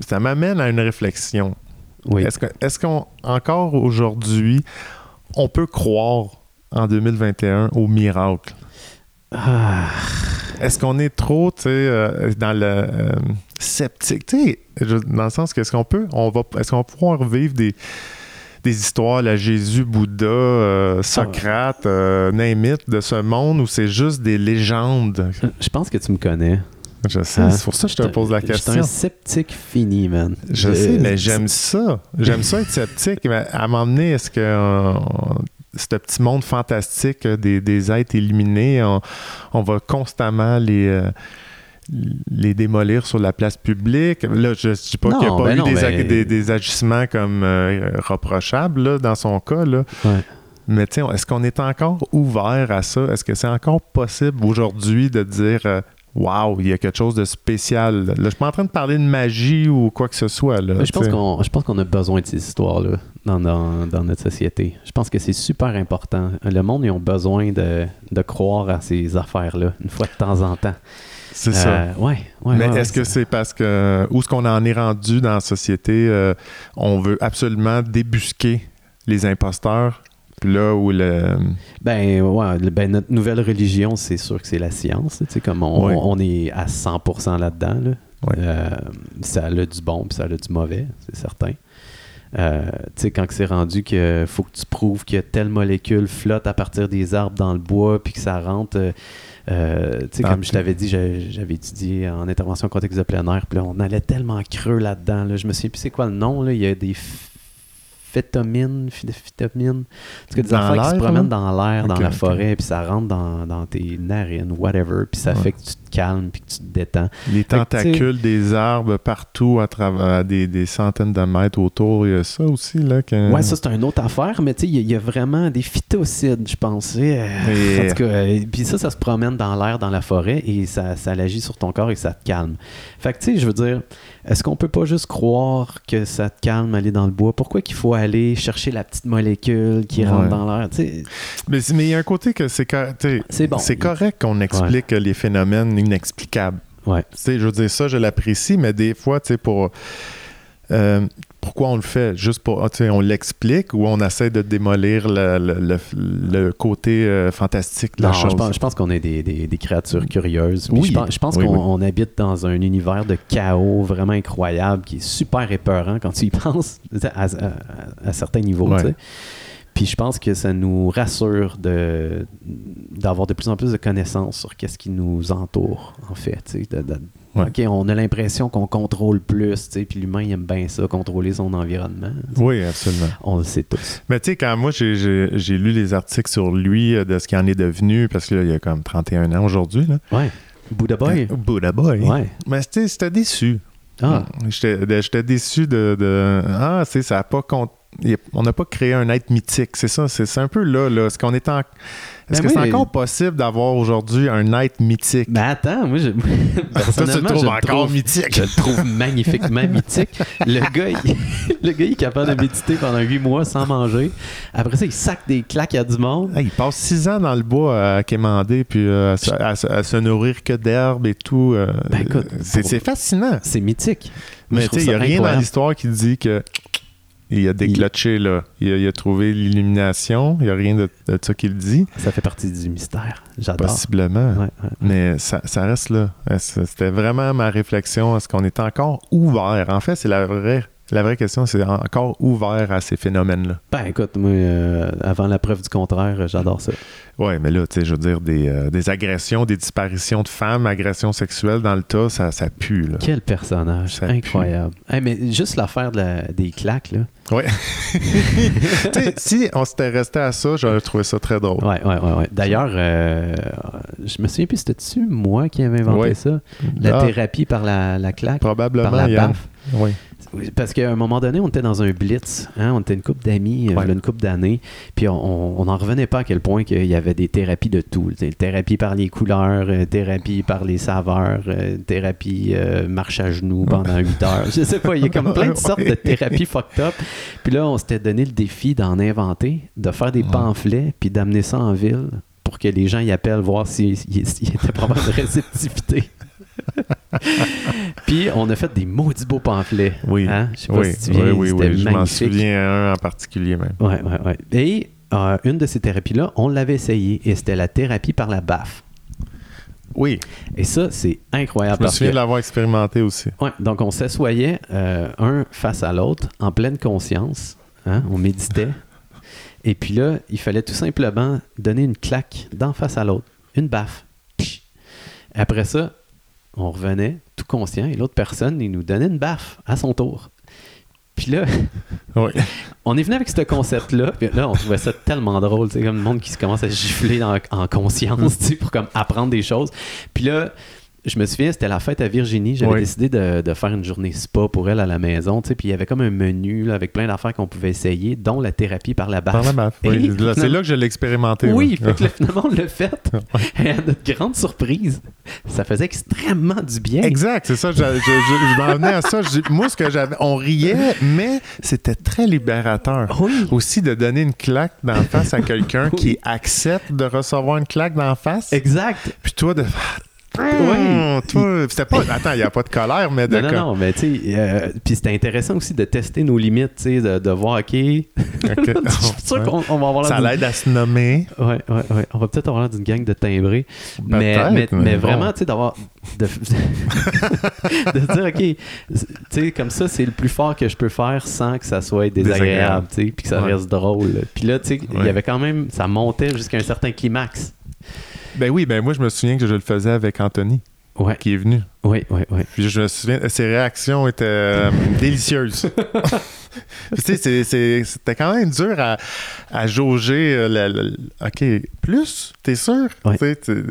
Speaker 1: ça m'amène à une réflexion.
Speaker 2: oui.
Speaker 1: Est-ce que- est-ce qu'on, encore aujourd'hui, on peut croire en 2021 au miracle?
Speaker 2: Ah,
Speaker 1: Est-ce qu'on est trop, tu sais, euh, dans le euh, sceptique? Tu sais, je- dans le sens qu'est-ce qu'on peut, on va, est-ce qu'on va pouvoir vivre des, des histoires, la Jésus, Bouddha, euh, Socrate, euh, name it, de ce monde où c'est juste des légendes?
Speaker 2: je pense que tu me connais.
Speaker 1: Je sais,
Speaker 2: Ah.
Speaker 1: c'est pour ça que je te pose la
Speaker 2: Je suis
Speaker 1: question.
Speaker 2: un sceptique fini, man.
Speaker 1: Je
Speaker 2: Euh,
Speaker 1: sais, mais j'aime ça. J'aime ça être sceptique. Mais à m'emmener, est-ce que euh, on- ce petit monde fantastique euh, des, des êtres illuminés, on, on va constamment les, euh, les démolir sur la place publique? Là, je ne dis pas
Speaker 2: Non,
Speaker 1: qu'il n'y a pas
Speaker 2: ben
Speaker 1: eu
Speaker 2: non,
Speaker 1: des,
Speaker 2: mais-
Speaker 1: ag- des- des agissements comme euh, reprochables là, dans son cas. Là.
Speaker 2: Ouais.
Speaker 1: Mais tu sais, est-ce qu'on est encore ouvert à ça? Est-ce que c'est encore possible aujourd'hui de dire euh, Wow, il y a quelque chose de spécial. Là, je suis pas en train de parler de magie ou quoi que ce soit. Là,
Speaker 2: Mais je pense
Speaker 1: t'sais.
Speaker 2: qu'on je pense qu'on a besoin de ces histoires-là dans, dans- dans notre société. Je pense que c'est super important. Le monde, ils ont besoin de, de croire à ces affaires-là une fois de temps en temps.
Speaker 1: C'est ça.
Speaker 2: Euh, ouais, ouais,
Speaker 1: Mais
Speaker 2: ouais,
Speaker 1: est-ce que c'est parce que où est-ce qu'on en est rendu dans la société, euh, on veut absolument débusquer les imposteurs, puis là où le
Speaker 2: Ben, ouais, le- ben, notre nouvelle religion, c'est sûr que c'est la science. là, Tu sais, comme on,
Speaker 1: Ouais.
Speaker 2: on est à 100% là-dedans. là.
Speaker 1: Ouais.
Speaker 2: Euh, ça a du bon puis ça a du mauvais, c'est certain. Euh, tu sais, quand que c'est rendu que faut que tu prouves que telle molécule flotte à partir des arbres dans le bois puis que ça rentre. euh, euh, tu sais,
Speaker 1: Dans-
Speaker 2: comme je t'avais dit, j'ai- j'avais étudié en intervention en contexte de plein air, puis là, on allait tellement creux là-dedans. Là. Je me souviens plus c'est quoi le nom, là. il y a des ph- phétomines, phy- phytomines, en tout cas, des
Speaker 1: Dans
Speaker 2: affaires qui se
Speaker 1: l'air, hein?
Speaker 2: promènent dans l'air, dans
Speaker 1: Ok,
Speaker 2: la
Speaker 1: ok.
Speaker 2: forêt, puis ça rentre dans, dans tes narines, whatever, puis ça
Speaker 1: Ouais.
Speaker 2: fait que tu te calmes, puis que tu te détends.
Speaker 1: les
Speaker 2: que, tu sais-
Speaker 1: tentacules des arbres partout à travers à des, des centaines de mètres autour, il y a ça aussi là que
Speaker 2: Ouais, ça, c'est une autre affaire, mais tu sais, il y, a- il y a vraiment des phytocides, je pense. Et, euh,
Speaker 1: Et-
Speaker 2: En tout cas, euh, puis ça, ça se promène dans l'air, dans la forêt, et ça, ça agit sur ton corps et ça te calme. Fait que, tu sais, je veux dire, est-ce qu'on peut pas juste croire que ça te calme aller dans le bois? Pourquoi qu'il faut aller chercher la petite molécule qui rentre
Speaker 1: Ouais.
Speaker 2: dans l'air? Tu sais,
Speaker 1: Mais c'est- mais il y a un côté que c'est cor- tu sais,
Speaker 2: C'est bon.
Speaker 1: c'est correct qu'on explique euh, les phénomènes inexplicables.
Speaker 2: Ouais.
Speaker 1: Tu sais, je veux dire, ça, je l'apprécie, mais des fois, tu sais, pour. euh, pourquoi on le fait Juste pour. ah, Tu sais, on l'explique ou on essaie de démolir le, le- le- le côté euh, fantastique de la
Speaker 2: Non,
Speaker 1: chose
Speaker 2: je pense, je pense qu'on est des, des- des créatures curieuses. Puis
Speaker 1: Oui.
Speaker 2: Je pense, je pense
Speaker 1: Oui,
Speaker 2: qu'on
Speaker 1: oui.
Speaker 2: on habite dans un univers de chaos vraiment incroyable qui est super épeurant quand tu y penses à, à- à- à certains niveaux.
Speaker 1: Ouais.
Speaker 2: tu sais. Puis je pense que ça nous rassure de d'avoir de plus en plus de connaissances sur qu'est-ce qui nous entoure, en fait. tu sais, de- de-
Speaker 1: Ouais.
Speaker 2: OK, on a l'impression qu'on contrôle plus, tu sais, puis l'humain, il aime bien ça, contrôler son environnement.
Speaker 1: Oui, absolument.
Speaker 2: On le sait tous.
Speaker 1: Mais tu sais, quand moi, j'ai- j'ai j'ai lu les articles sur lui, euh, de ce qu'il en est devenu, parce que là, il y a comme 31 ans aujourd'hui, là.
Speaker 2: Ouais. Bouddha Boy.
Speaker 1: Buddha Boy.
Speaker 2: Ouais.
Speaker 1: Mais tu sais, c'était déçu.
Speaker 2: Ah,
Speaker 1: Mm. J'étais de- j'étais déçu de, de- Ah, c'est ça a pas con- il- On n'a pas créé un être mythique, c'est ça. C'est c'est un peu là, là. Est-ce qu'on est en... Est-ce
Speaker 2: Ben
Speaker 1: que
Speaker 2: oui.
Speaker 1: c'est encore possible d'avoir aujourd'hui un être mythique?
Speaker 2: Mais Ben, attends, moi, je,
Speaker 1: Ça se
Speaker 2: personnellement,
Speaker 1: trouve
Speaker 2: je, le
Speaker 1: encore
Speaker 2: trouve,
Speaker 1: mythique.
Speaker 2: je le trouve magnifiquement mythique. Le gars, il, le gars, il est capable de méditer pendant huit mois sans manger. Après ça, il sac des claques à du monde.
Speaker 1: Ah, il passe six ans dans le bois à quémander, puis euh, à, se- à se- à se nourrir que d'herbe et tout. euh,
Speaker 2: Ben, écoute,
Speaker 1: c'est
Speaker 2: pour-
Speaker 1: c'est fascinant.
Speaker 2: C'est mythique.
Speaker 1: Mais
Speaker 2: Moi, je
Speaker 1: tu
Speaker 2: trouve
Speaker 1: sais, il n'y a
Speaker 2: ça
Speaker 1: rien dans
Speaker 2: incroyable.
Speaker 1: l'histoire qui dit que il a déclenché, là. Il a, il a trouvé l'illumination. Il n'y a rien de, de ça qui le dit,
Speaker 2: Ça fait partie du mystère. J'adore.
Speaker 1: possiblement.
Speaker 2: Ouais, ouais.
Speaker 1: Mais ça, ça reste là. Euh, c- C'était vraiment ma réflexion. Est-ce qu'on est encore ouvert? En fait, c'est la vraie, la vraie question. C'est encore ouvert à ces phénomènes-là.
Speaker 2: Ben écoute, moi, euh, avant la preuve du contraire, euh, j'adore ça.
Speaker 1: Ouais, mais là, tu sais, je veux dire, des, euh, des agressions, des disparitions de femmes, agressions sexuelles dans le tas, ça, ça pue, là.
Speaker 2: Quel personnage.
Speaker 1: Ça pue.
Speaker 2: Incroyable. Hey, mais juste l'affaire de la- des claques, là.
Speaker 1: Ouais. Tu sais, si on s'était resté à ça, j'aurais trouvé ça très drôle.
Speaker 2: Ouais, ouais, ouais. ouais. D'ailleurs, euh, je me souviens plus, c'était-tu moi qui avais inventé
Speaker 1: Ouais.
Speaker 2: ça? La
Speaker 1: Ah,
Speaker 2: thérapie par la, la claque,
Speaker 1: Probablement,
Speaker 2: par la
Speaker 1: Yann.
Speaker 2: baffe.
Speaker 1: Oui.
Speaker 2: Oui, Parce qu'à un moment donné, on était dans un blitz. hein, on était une couple d'amis, euh,
Speaker 1: Ouais.
Speaker 2: voilà une couple d'années. Puis on n'en revenait pas à quel point qu'il y avait des thérapies de tout. Tu sais, Thérapie par les couleurs, euh, thérapie par les saveurs, euh, thérapie euh, marche à genoux pendant 8 heures. Je sais pas, il y a comme plein de sortes de thérapies fucked up. Puis là, on s'était donné le défi d'en inventer, de faire des
Speaker 1: Ouais.
Speaker 2: pamphlets, puis d'amener ça en ville pour que les gens y appellent voir s'il s'il était probable de réceptivité. Puis on a fait des maudits beaux pamphlets.
Speaker 1: Oui.
Speaker 2: Hein? Je sais pas
Speaker 1: Oui,
Speaker 2: si tu te souviens,
Speaker 1: oui, oui,
Speaker 2: c'était
Speaker 1: oui, je m'en
Speaker 2: magnifique.
Speaker 1: souviens un en particulier même.
Speaker 2: Ouais, ouais, ouais. Et euh, une de ces thérapies-là, on l'avait essayé et c'était la thérapie par la baffe.
Speaker 1: Oui,
Speaker 2: Et ça, c'est incroyable.
Speaker 1: je me
Speaker 2: parce
Speaker 1: souviens
Speaker 2: que-
Speaker 1: de l'avoir expérimenté aussi.
Speaker 2: Ouais, donc on s'assoyait euh, un face à l'autre en pleine conscience. hein, on méditait. Et puis là, il fallait tout simplement donner une claque d'en face à l'autre. Une baffe. Psh. Après ça, on revenait tout conscient et l'autre personne, il nous donnait une baffe à son tour. Puis là,
Speaker 1: Oui.
Speaker 2: on est venu avec ce concept-là, puis là, on trouvait ça tellement drôle, tu sais, comme le monde qui se commence à gifler dans- en conscience, tu sais, pour comme apprendre des choses. Puis là, Je me souviens, c'était la fête à Virginie. J'avais
Speaker 1: Oui.
Speaker 2: décidé de, de faire une journée spa pour elle à la maison. tu sais, Puis il y avait comme un menu là, avec plein d'affaires qu'on pouvait essayer, dont la thérapie par la baffe.
Speaker 1: Par la map.
Speaker 2: Et
Speaker 1: Oui, là, c'est
Speaker 2: finalement-
Speaker 1: là que je l'ai expérimenté.
Speaker 2: Oui,
Speaker 1: ouais.
Speaker 2: fait que là, finalement, on l'a fait. Et à notre grande surprise, ça faisait extrêmement du bien.
Speaker 1: Ah. Exact, c'est ça. Je, je- je- je m'en venais à ça. Je- moi, ce que j'avais, on riait, mais c'était très libérateur.
Speaker 2: Oui.
Speaker 1: Aussi de donner une claque d'en face à quelqu'un
Speaker 2: Oui.
Speaker 1: qui accepte de recevoir une claque d'en face.
Speaker 2: Exact.
Speaker 1: Puis toi, de.
Speaker 2: Oui.
Speaker 1: Mmh, toi, c'était pas. Attends, il n'y a pas de colère, mais de.
Speaker 2: Non, non, non, mais tu sais, euh, puis c'était intéressant aussi de tester nos limites, tu sais, de, de voir, OK,
Speaker 1: Ok.
Speaker 2: je suis sûr qu'on on va avoir
Speaker 1: Ça
Speaker 2: l'air
Speaker 1: l'aide à se nommer.
Speaker 2: d'une- Ouais, ouais, ouais. On va peut-être avoir l'air d'une gang de timbrés. Mais,
Speaker 1: Peut-être,
Speaker 2: mais,
Speaker 1: mais
Speaker 2: mais
Speaker 1: bon.
Speaker 2: vraiment, tu sais, d'avoir. De, de dire, OK, tu sais, comme ça, c'est le plus fort que je peux faire sans que ça soit désagréable,
Speaker 1: Désagréable.
Speaker 2: tu sais, puis que ça
Speaker 1: Ouais.
Speaker 2: reste drôle. Puis là, tu sais, il y
Speaker 1: Ouais.
Speaker 2: avait quand même. Ça montait jusqu'à un certain climax.
Speaker 1: Ben oui, ben moi, je me souviens que je le faisais avec Anthony,
Speaker 2: Ouais,
Speaker 1: qui est venu.
Speaker 2: ouais, ouais, ouais.
Speaker 1: Puis je me souviens, ses réactions étaient euh, délicieuses. tu sais, c'est- c'est- c'était quand même dur à, à jauger. euh, la- la- la- OK, plus, t'es sûr?
Speaker 2: Ouais.
Speaker 1: Tu sais, tu-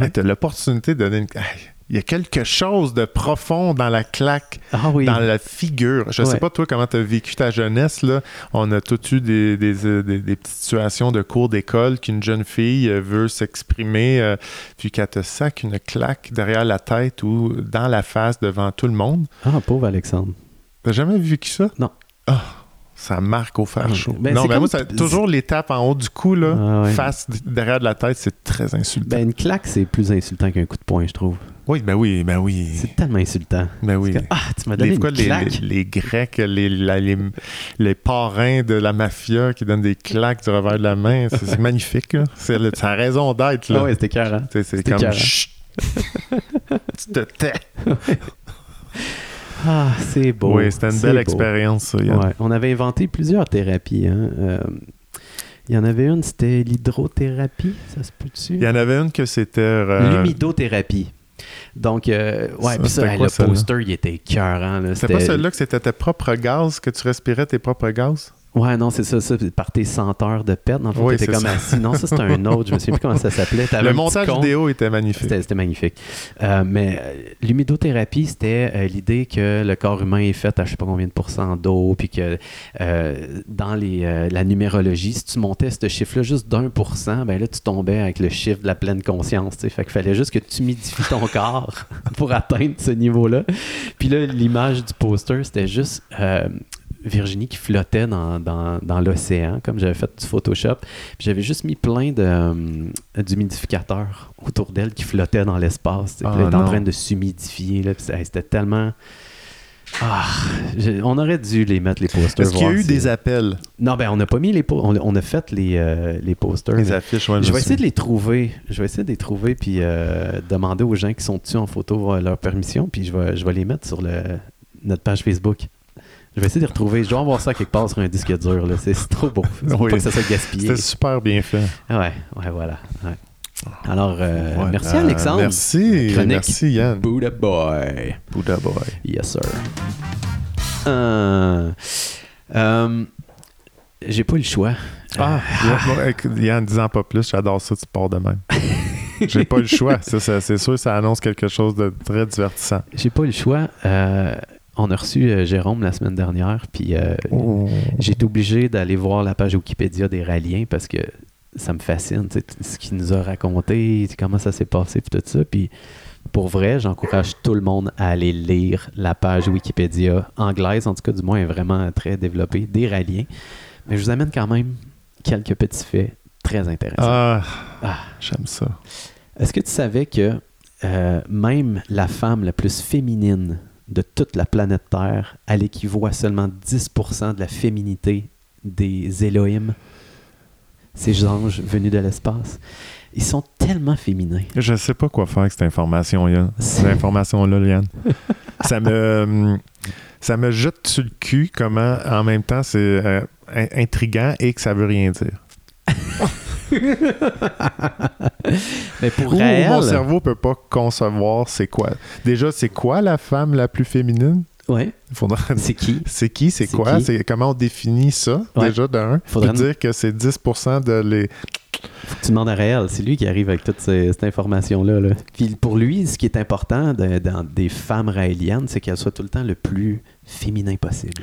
Speaker 1: hey, t'as l'opportunité de donner une... Hey, Il y a quelque chose de profond dans la claque,
Speaker 2: Ah oui.
Speaker 1: dans la figure. Je
Speaker 2: Ouais.
Speaker 1: sais pas, toi, comment t'as vécu ta jeunesse, là. On a tous eu des, des, euh, des- des petites situations de cours d'école qu'une jeune fille euh, veut s'exprimer, euh, puis qu'elle te sac une claque derrière la tête ou dans la face devant tout le monde.
Speaker 2: Ah, pauvre Alexandre.
Speaker 1: T'as jamais vécu ça?
Speaker 2: Non.
Speaker 1: Ah, ça marque au fer
Speaker 2: Ah,
Speaker 1: chaud.
Speaker 2: ben,
Speaker 1: non,
Speaker 2: c'est
Speaker 1: mais
Speaker 2: comme-
Speaker 1: moi, ça, toujours l'étape en haut du cou, là,
Speaker 2: Ah ouais.
Speaker 1: face d- derrière de la tête, c'est très insultant.
Speaker 2: Ben, une claque, c'est plus insultant qu'un coup de poing, je trouve.
Speaker 1: oui, ben oui, ben oui.
Speaker 2: C'est tellement insultant.
Speaker 1: Ben oui.
Speaker 2: C'est comme, ah, tu m'as donné
Speaker 1: Les,
Speaker 2: une
Speaker 1: quoi, les,
Speaker 2: claque.
Speaker 1: les- les Grecs, les, la- les, les parrains de la mafia qui donnent des claques du revers de la main, c'est c'est magnifique. là. C'est le- sa raison d'être. là.
Speaker 2: Ah ouais, c'était carré.
Speaker 1: C'est- c'est
Speaker 2: c'était
Speaker 1: comme
Speaker 2: écœurant.
Speaker 1: Chut! tu te tais.
Speaker 2: Ah, c'est beau.
Speaker 1: oui, c'était une
Speaker 2: c'est
Speaker 1: belle
Speaker 2: beau.
Speaker 1: expérience. ça, Yann.
Speaker 2: Ouais, on avait inventé plusieurs thérapies. hein. Euh, il y en avait une, c'était l'hydrothérapie, ça se peut-tu?
Speaker 1: Il y en avait une que c'était. euh,
Speaker 2: L'humidothérapie. Donc, euh, ouais,
Speaker 1: Ça,
Speaker 2: puis ça,
Speaker 1: c'était
Speaker 2: hey,
Speaker 1: quoi,
Speaker 2: le
Speaker 1: celle-là?
Speaker 2: poster, il était écœurant. là.
Speaker 1: C'était pas celui-là que c'était tes propres gaz, que tu respirais tes propres gaz?
Speaker 2: Ouais, non, c'est ça, ça, c'est par tes senteurs de perte. Dans le fond,
Speaker 1: Oui,
Speaker 2: t'étais
Speaker 1: c'est
Speaker 2: comme
Speaker 1: ça.
Speaker 2: assis. Non, ça, c'était un autre, je me souviens plus comment ça s'appelait. T'avais
Speaker 1: Le
Speaker 2: un petit
Speaker 1: montage
Speaker 2: con.
Speaker 1: vidéo était magnifique.
Speaker 2: C'était c'était magnifique. Euh, mais euh, l'humidothérapie, c'était euh, l'idée que le corps humain est fait à je sais pas combien de pourcents d'eau, puis que euh, dans les, euh, la numérologie, si tu montais ce chiffre-là juste d'un pour cent, ben là, tu tombais avec le chiffre de la pleine conscience. tu sais. Fait qu'il fallait juste que tu humidifies ton corps pour atteindre ce niveau-là. Puis là, l'image du poster, c'était juste euh, Virginie qui flottait dans, dans- dans l'océan, comme j'avais fait du Photoshop. Puis j'avais juste mis plein de, euh, d'humidificateurs autour d'elle qui flottaient dans l'espace. tu sais. Puis là,
Speaker 1: Ah,
Speaker 2: elle était en
Speaker 1: non.
Speaker 2: train de s'humidifier. là. Puis ça- C'était tellement. Ah, je- on aurait dû les mettre, les posters.
Speaker 1: Est-ce qu'il y a
Speaker 2: voir
Speaker 1: eu
Speaker 2: si- euh,
Speaker 1: des appels?
Speaker 2: Non, ben on n'a pas mis les posters. On, a- on a fait les, euh, les posters. mais-
Speaker 1: Des affiches, ouais,
Speaker 2: je
Speaker 1: me
Speaker 2: vais essayer de
Speaker 1: souviens.
Speaker 2: les trouver. Je vais essayer de les trouver puis euh, demander aux gens qui sont dessus en photo euh, leur permission. Puis je vais, je vais les mettre sur le, notre page Facebook. Je vais essayer de les retrouver. Je dois avoir ça quelque part sur un disque dur. là. C'est c'est trop beau. Faut
Speaker 1: Oui.
Speaker 2: pas que ça soit gaspillé.
Speaker 1: C'était super bien fait.
Speaker 2: Ouais, ouais, voilà. ouais. Alors, euh,
Speaker 1: Voilà.
Speaker 2: merci Alexandre.
Speaker 1: Merci.
Speaker 2: Chronique.
Speaker 1: Merci Yann.
Speaker 2: Buddha Boy.
Speaker 1: Bouddha boy.
Speaker 2: Yes, sir. Euh, euh, J'ai pas eu le choix.
Speaker 1: Ah, Yann, bon, écoute, Yann, dis-en pas plus, j'adore ça, tu pars de même. J'ai pas eu le choix. Ça, ça, c'est sûr, ça annonce quelque chose de très divertissant.
Speaker 2: J'ai pas eu le choix. Euh, on a reçu euh, Jérôme la semaine dernière, puis euh, j'ai été obligé d'aller voir la page Wikipédia des Ralliens parce que ça me fascine, tu sais, t- ce qu'il nous a raconté, comment ça s'est passé, puis tout ça. Puis pour vrai, j'encourage tout le monde à aller lire la page Wikipédia anglaise, en tout cas, du moins, elle est vraiment très développée, des Ralliens. Mais je vous amène quand même quelques petits faits très intéressants.
Speaker 1: Ah,
Speaker 2: Ah.
Speaker 1: j'aime ça.
Speaker 2: Est-ce que tu savais que euh, même la femme la plus féminine de toute la planète Terre, elle équivaut à seulement 10% de la féminité des Elohim, ces anges venus de l'espace? Ils sont tellement féminins.
Speaker 1: Je sais pas quoi faire avec cette information, Yann. Cette
Speaker 2: C'est-
Speaker 1: information-là, Yann. ça me. Ça me jette sur le cul comment, en même temps, c'est euh, in- intriguant et que ça veut rien dire.
Speaker 2: Mais pour
Speaker 1: Ouh,
Speaker 2: elle,
Speaker 1: mon cerveau peut pas concevoir c'est quoi. Déjà, c'est quoi la femme la plus féminine?
Speaker 2: ouais,
Speaker 1: Il faudra
Speaker 2: c'est qui?
Speaker 1: C'est qui, c'est
Speaker 2: C'est
Speaker 1: quoi,
Speaker 2: qui?
Speaker 1: c'est comment on définit ça
Speaker 2: Ouais.
Speaker 1: déjà d'un.
Speaker 2: Faudrait
Speaker 1: Puis dire que c'est 10% de les
Speaker 2: Faut que tu demandes à Réel. C'est lui qui arrive avec toute ces- cette information-là. là. Puis pour lui, ce qui est important de- dans des femmes raéliennes, c'est qu'elles soient tout le temps le plus féminin possible.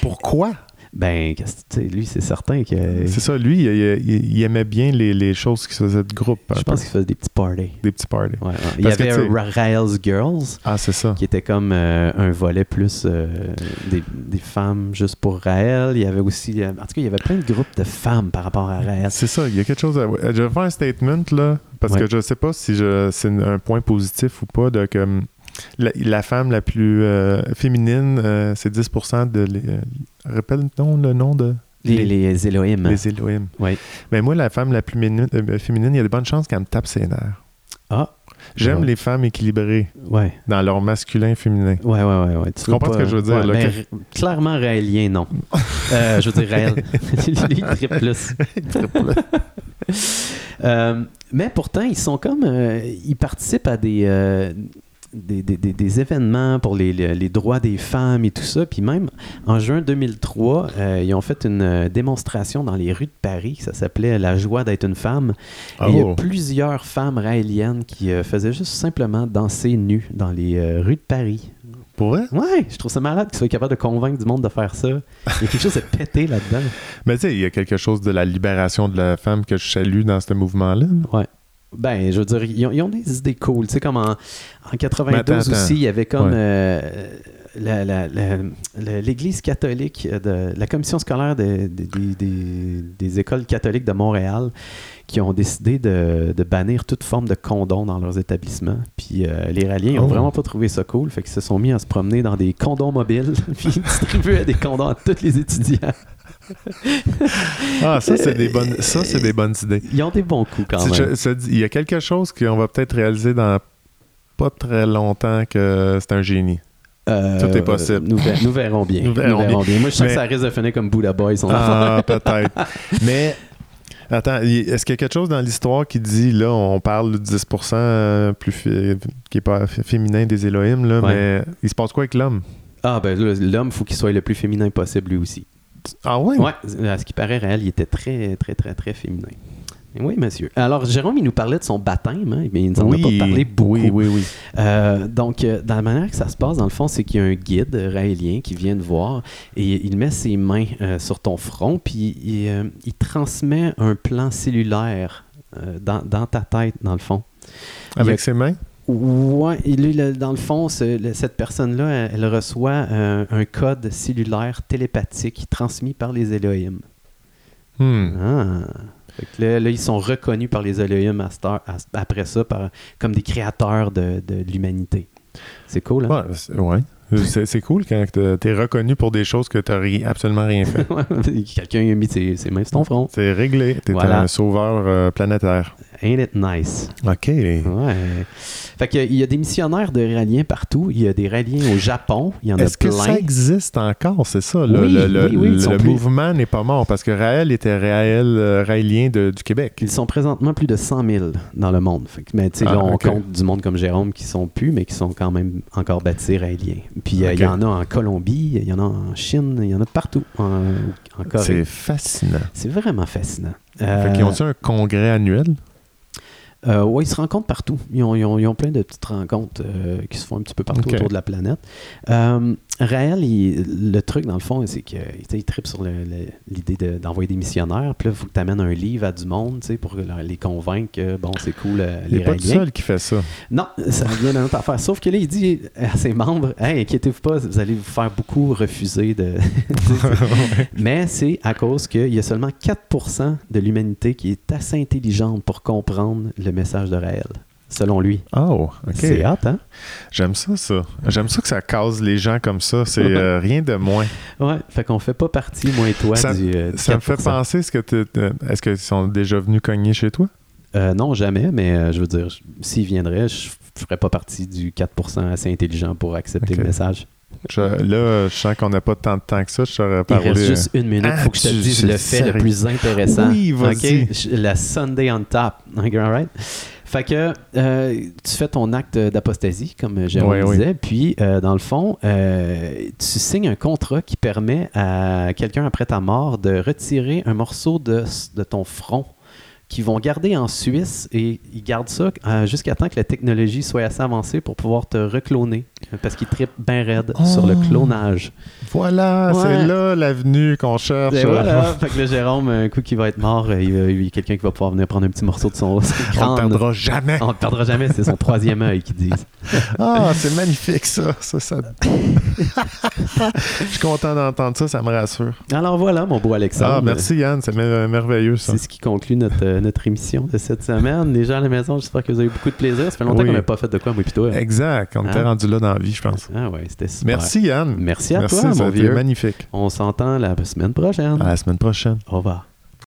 Speaker 1: Pourquoi?
Speaker 2: Ben, qu'est-ce que tu sais, lui, c'est certain que.
Speaker 1: C'est ça, lui, il, il- il aimait bien les, les choses qui se faisaient de groupe. un
Speaker 2: Je
Speaker 1: peu.
Speaker 2: pense qu'il faisait des petits parties.
Speaker 1: Des petits parties.
Speaker 2: Ouais, ouais. Il y
Speaker 1: Parce que,
Speaker 2: avait
Speaker 1: tu sais-
Speaker 2: Ra- Rael's Girls,
Speaker 1: Ah, c'est ça.
Speaker 2: qui était comme euh, un volet plus euh, des, des femmes juste pour Raël. Il y avait aussi. euh, en tout cas, il y avait plein de groupes de femmes par rapport à Raël.
Speaker 1: C'est ça, il y a quelque chose à... Je vais faire un statement, là, parce
Speaker 2: Ouais.
Speaker 1: que je sais pas si je... c'est un point positif ou pas, de comme la, la femme la plus euh, féminine, euh, c'est 10% de... les- euh, rappelle non, le nom de...
Speaker 2: Les, les Elohim.
Speaker 1: Les Elohim.
Speaker 2: Ouais.
Speaker 1: Mais moi, la femme la plus mini- euh, féminine, il y a de bonnes chances qu'elle me tape ses nerfs.
Speaker 2: Ah.
Speaker 1: J'aime
Speaker 2: Ouais.
Speaker 1: les femmes équilibrées
Speaker 2: Ouais.
Speaker 1: dans leur masculin et féminin.
Speaker 2: Ouais, ouais, ouais. ouais. Tu veux
Speaker 1: comprends ce que je veux dire,
Speaker 2: ouais,
Speaker 1: là,
Speaker 2: ben, r- clairement, Raélien, non. Euh, je veux dire, Raël. Lui, il tripe plus. Euh, mais pourtant, ils sont comme. euh, ils participent à des. euh, des, des- des- des événements pour les, les- les droits des femmes et tout ça. Puis même en juin 2003, euh, ils ont fait une euh, démonstration dans les rues de Paris. Ça s'appelait La joie d'être une femme. Et il y a
Speaker 1: Oh.
Speaker 2: plusieurs femmes raéliennes qui euh, faisaient juste simplement danser nues dans les euh, rues de Paris.
Speaker 1: Pour vrai?
Speaker 2: Ouais, je trouve ça malade qu'ils soient capables de convaincre du monde de faire ça. Il y a quelque chose de pété là-dedans.
Speaker 1: Mais tu sais, il y a quelque chose de la libération de la femme que je salue dans ce mouvement-là.
Speaker 2: Ben, je veux dire, ils ont, ils ont des idées cool. Tu sais, comme en, en 92
Speaker 1: Mais attends, attends.
Speaker 2: aussi, il y avait comme
Speaker 1: Ouais.
Speaker 2: euh, la- la- la- la- l'Église catholique, euh, de, la commission scolaire de- de- des- des- des écoles catholiques de Montréal qui ont décidé de, de bannir toute forme de condom dans leurs établissements. Puis euh, les ralliés, ils ont
Speaker 1: Oh.
Speaker 2: vraiment pas trouvé ça cool. Fait qu'ils se sont mis à se promener dans des condoms mobiles puis ils distribuaient des condoms à tous les étudiants.
Speaker 1: Ah, ça, c'est des bonnes, ça, c'est des bonnes idées.
Speaker 2: Ils ont des bons coups quand
Speaker 1: Si je-
Speaker 2: même.
Speaker 1: ça dit- il y a quelque chose qu'on va peut-être réaliser dans pas très longtemps que c'est un génie.
Speaker 2: Euh,
Speaker 1: Tout est possible.
Speaker 2: euh, Nous, ver- nous verrons bien.
Speaker 1: Nous verrons
Speaker 2: bien. Moi, je sens
Speaker 1: Mais-
Speaker 2: que ça risque de finir comme Buddha Boy, son affaire.
Speaker 1: Ah, peut-être. Mais attends, y- est-ce qu'il y a quelque chose dans l'histoire qui dit là, on parle de 10% euh, plus fi- qui est pas f- féminin des Elohim là,
Speaker 2: Ouais.
Speaker 1: mais il se passe quoi avec l'homme
Speaker 2: Ah, ben là, l'homme, faut qu'il soit le plus féminin possible lui aussi.
Speaker 1: Ah ouais.
Speaker 2: Ouais, à ce qui paraît, réel, il était très, très, très, très féminin. Oui, monsieur. Alors, Jérôme, il nous parlait de son baptême, hein, mais il nous en a pas parlé beaucoup.
Speaker 1: Oui, oui, oui.
Speaker 2: Euh, donc, euh, dans la manière que ça se passe, dans le fond, c'est qu'il y a un guide raélien qui vient te voir et il met ses mains euh, sur ton front, puis il, euh, il transmet un plan cellulaire euh, dans, dans ta tête, dans le fond. Il y a-
Speaker 1: Avec ses mains.
Speaker 2: Ouais, et lui, le- dans le fond, ce- le- cette personne-là, elle, elle reçoit euh, un code cellulaire télépathique transmis par les Elohim.
Speaker 1: Hmm.
Speaker 2: Ah. Fait que là, là, ils sont reconnus par les Elohim à cette heure- à- après ça par- comme des créateurs de, de l'humanité. C'est cool, hein?
Speaker 1: Ouais, c'est- ouais. C'est c'est cool quand t'es- t'es reconnu pour des choses que t'as ri- absolument rien fait.
Speaker 2: Quelqu'un a mis ses, ses mains sur ton front.
Speaker 1: C'est réglé. T'es
Speaker 2: Voilà.
Speaker 1: un sauveur euh, planétaire.
Speaker 2: Ain't it nice?
Speaker 1: OK.
Speaker 2: Ouais. Fait que, il y a des missionnaires de ralliens partout. Il y a des ralliens au Japon. Il y en a
Speaker 1: Est-ce que
Speaker 2: plein.
Speaker 1: ça existe encore, c'est ça? là,
Speaker 2: Oui,
Speaker 1: le le-
Speaker 2: oui, oui, ils
Speaker 1: le
Speaker 2: sont plus-
Speaker 1: mouvement n'est pas mort parce que Raël était Raël euh, Raélien de- du Québec.
Speaker 2: Ils sont présentement plus de 100 000 dans le monde. Fait que, mais tu sais,
Speaker 1: Ah,
Speaker 2: là, on
Speaker 1: ok.
Speaker 2: compte du monde comme Jérôme qui sont plus, mais qui sont quand même encore bâtis raéliens. Puis euh,
Speaker 1: Ok.
Speaker 2: il y en a en Colombie, il y en a en Chine, il y en a partout en, en Corée.
Speaker 1: C'est fascinant.
Speaker 2: C'est vraiment fascinant. Euh,
Speaker 1: Fait qu'ils ont-tu un congrès annuel?
Speaker 2: oui, Euh, ils se rencontrent partout. Ils ont, ils ont- ils ont plein de petites rencontres euh, qui se font un petit peu partout
Speaker 1: Ok.
Speaker 2: autour de la planète. Euh, Raël, il- le truc, dans le fond, c'est qu'il tripe sur le- le- l'idée de- d'envoyer des missionnaires. Puis là, il faut que tu amènes un livre à du monde tu sais, pour leur- les convaincre que, bon, c'est cool, euh,
Speaker 1: Il
Speaker 2: les
Speaker 1: n'est pas tout
Speaker 2: Raéliens.
Speaker 1: seul qui fait ça.
Speaker 2: Non, ça vient d'une autre affaire. Sauf que là, il dit à ses membres Hey, inquiétez-vous pas, vous allez vous faire beaucoup refuser de. Mais c'est à cause qu'il y a seulement 4% de l'humanité qui est assez intelligente pour comprendre le message de Raël, selon lui.
Speaker 1: Oh, OK.
Speaker 2: C'est hâte, hein
Speaker 1: J'aime ça, ça. J'aime ça que ça cause les gens comme ça. C'est euh, rien de moins.
Speaker 2: Ouais, fait qu'on fait pas partie, moi et toi,
Speaker 1: Ça-
Speaker 2: du. euh, du
Speaker 1: Ça me fait
Speaker 2: 4%.
Speaker 1: penser, est-ce que t'es- t'es- est-ce qu'ils sont déjà venus cogner chez toi?
Speaker 2: Euh, non, jamais, mais euh, je veux dire, je- s'il viendrait, je je ferais pas partie du 4% assez intelligent pour accepter
Speaker 1: Ok.
Speaker 2: le message.
Speaker 1: Je- là, je sens qu'on n'a pas tant de temps que ça. Je t'aurais
Speaker 2: Il
Speaker 1: parlé.
Speaker 2: reste juste une minute.
Speaker 1: Ah,
Speaker 2: faut que je te
Speaker 1: tu-
Speaker 2: dise
Speaker 1: c'est
Speaker 2: le fait le
Speaker 1: sérieux.
Speaker 2: plus intéressant.
Speaker 1: Oui, vas-y.
Speaker 2: OK? Je- La Sunday on top. OK, all right? Fait que euh, tu fais ton acte d'apostasie, comme Jérôme
Speaker 1: Ouais, oui.
Speaker 2: disait, puis euh, dans le fond, euh, tu signes un contrat qui permet à quelqu'un après ta mort de retirer un morceau de, de ton front qu'ils vont garder en Suisse et ils gardent ça euh, jusqu'à temps que la technologie soit assez avancée pour pouvoir te recloner. Parce qu'ils trippent bien raide
Speaker 1: Oh.
Speaker 2: sur le clonage.
Speaker 1: Voilà,
Speaker 2: Ouais.
Speaker 1: c'est là l'avenue qu'on cherche.
Speaker 2: Et Ben voilà. fait que le Jérôme, un coup qui va être mort, euh, il va- il y a quelqu'un qui va pouvoir venir prendre un petit morceau de son, son
Speaker 1: On ne
Speaker 2: crâne.
Speaker 1: perdra jamais.
Speaker 2: On ne perdra jamais, c'est son troisième œil qui dit.
Speaker 1: Ah, c'est magnifique ça. ça, ça... Je suis content d'entendre ça, ça me rassure.
Speaker 2: Alors voilà, mon beau Alexandre.
Speaker 1: Ah, merci Yann, c'est mer- merveilleux ça.
Speaker 2: C'est ce qui conclut notre, euh, notre émission de cette semaine. Les gens à la maison, j'espère que vous avez eu beaucoup de plaisir. Ça fait longtemps
Speaker 1: Oui.
Speaker 2: qu'on n'a pas fait de quoi, moi plutôt.
Speaker 1: Exact, on était
Speaker 2: Hein?
Speaker 1: rendu là dans la vie, je pense.
Speaker 2: Ah ouais, c'était super.
Speaker 1: Merci Yann.
Speaker 2: Merci à
Speaker 1: Merci,
Speaker 2: toi,
Speaker 1: ça
Speaker 2: mon
Speaker 1: a été
Speaker 2: vieux. Hein?
Speaker 1: magnifique.
Speaker 2: On s'entend la semaine prochaine.
Speaker 1: À la semaine prochaine.
Speaker 2: Au revoir.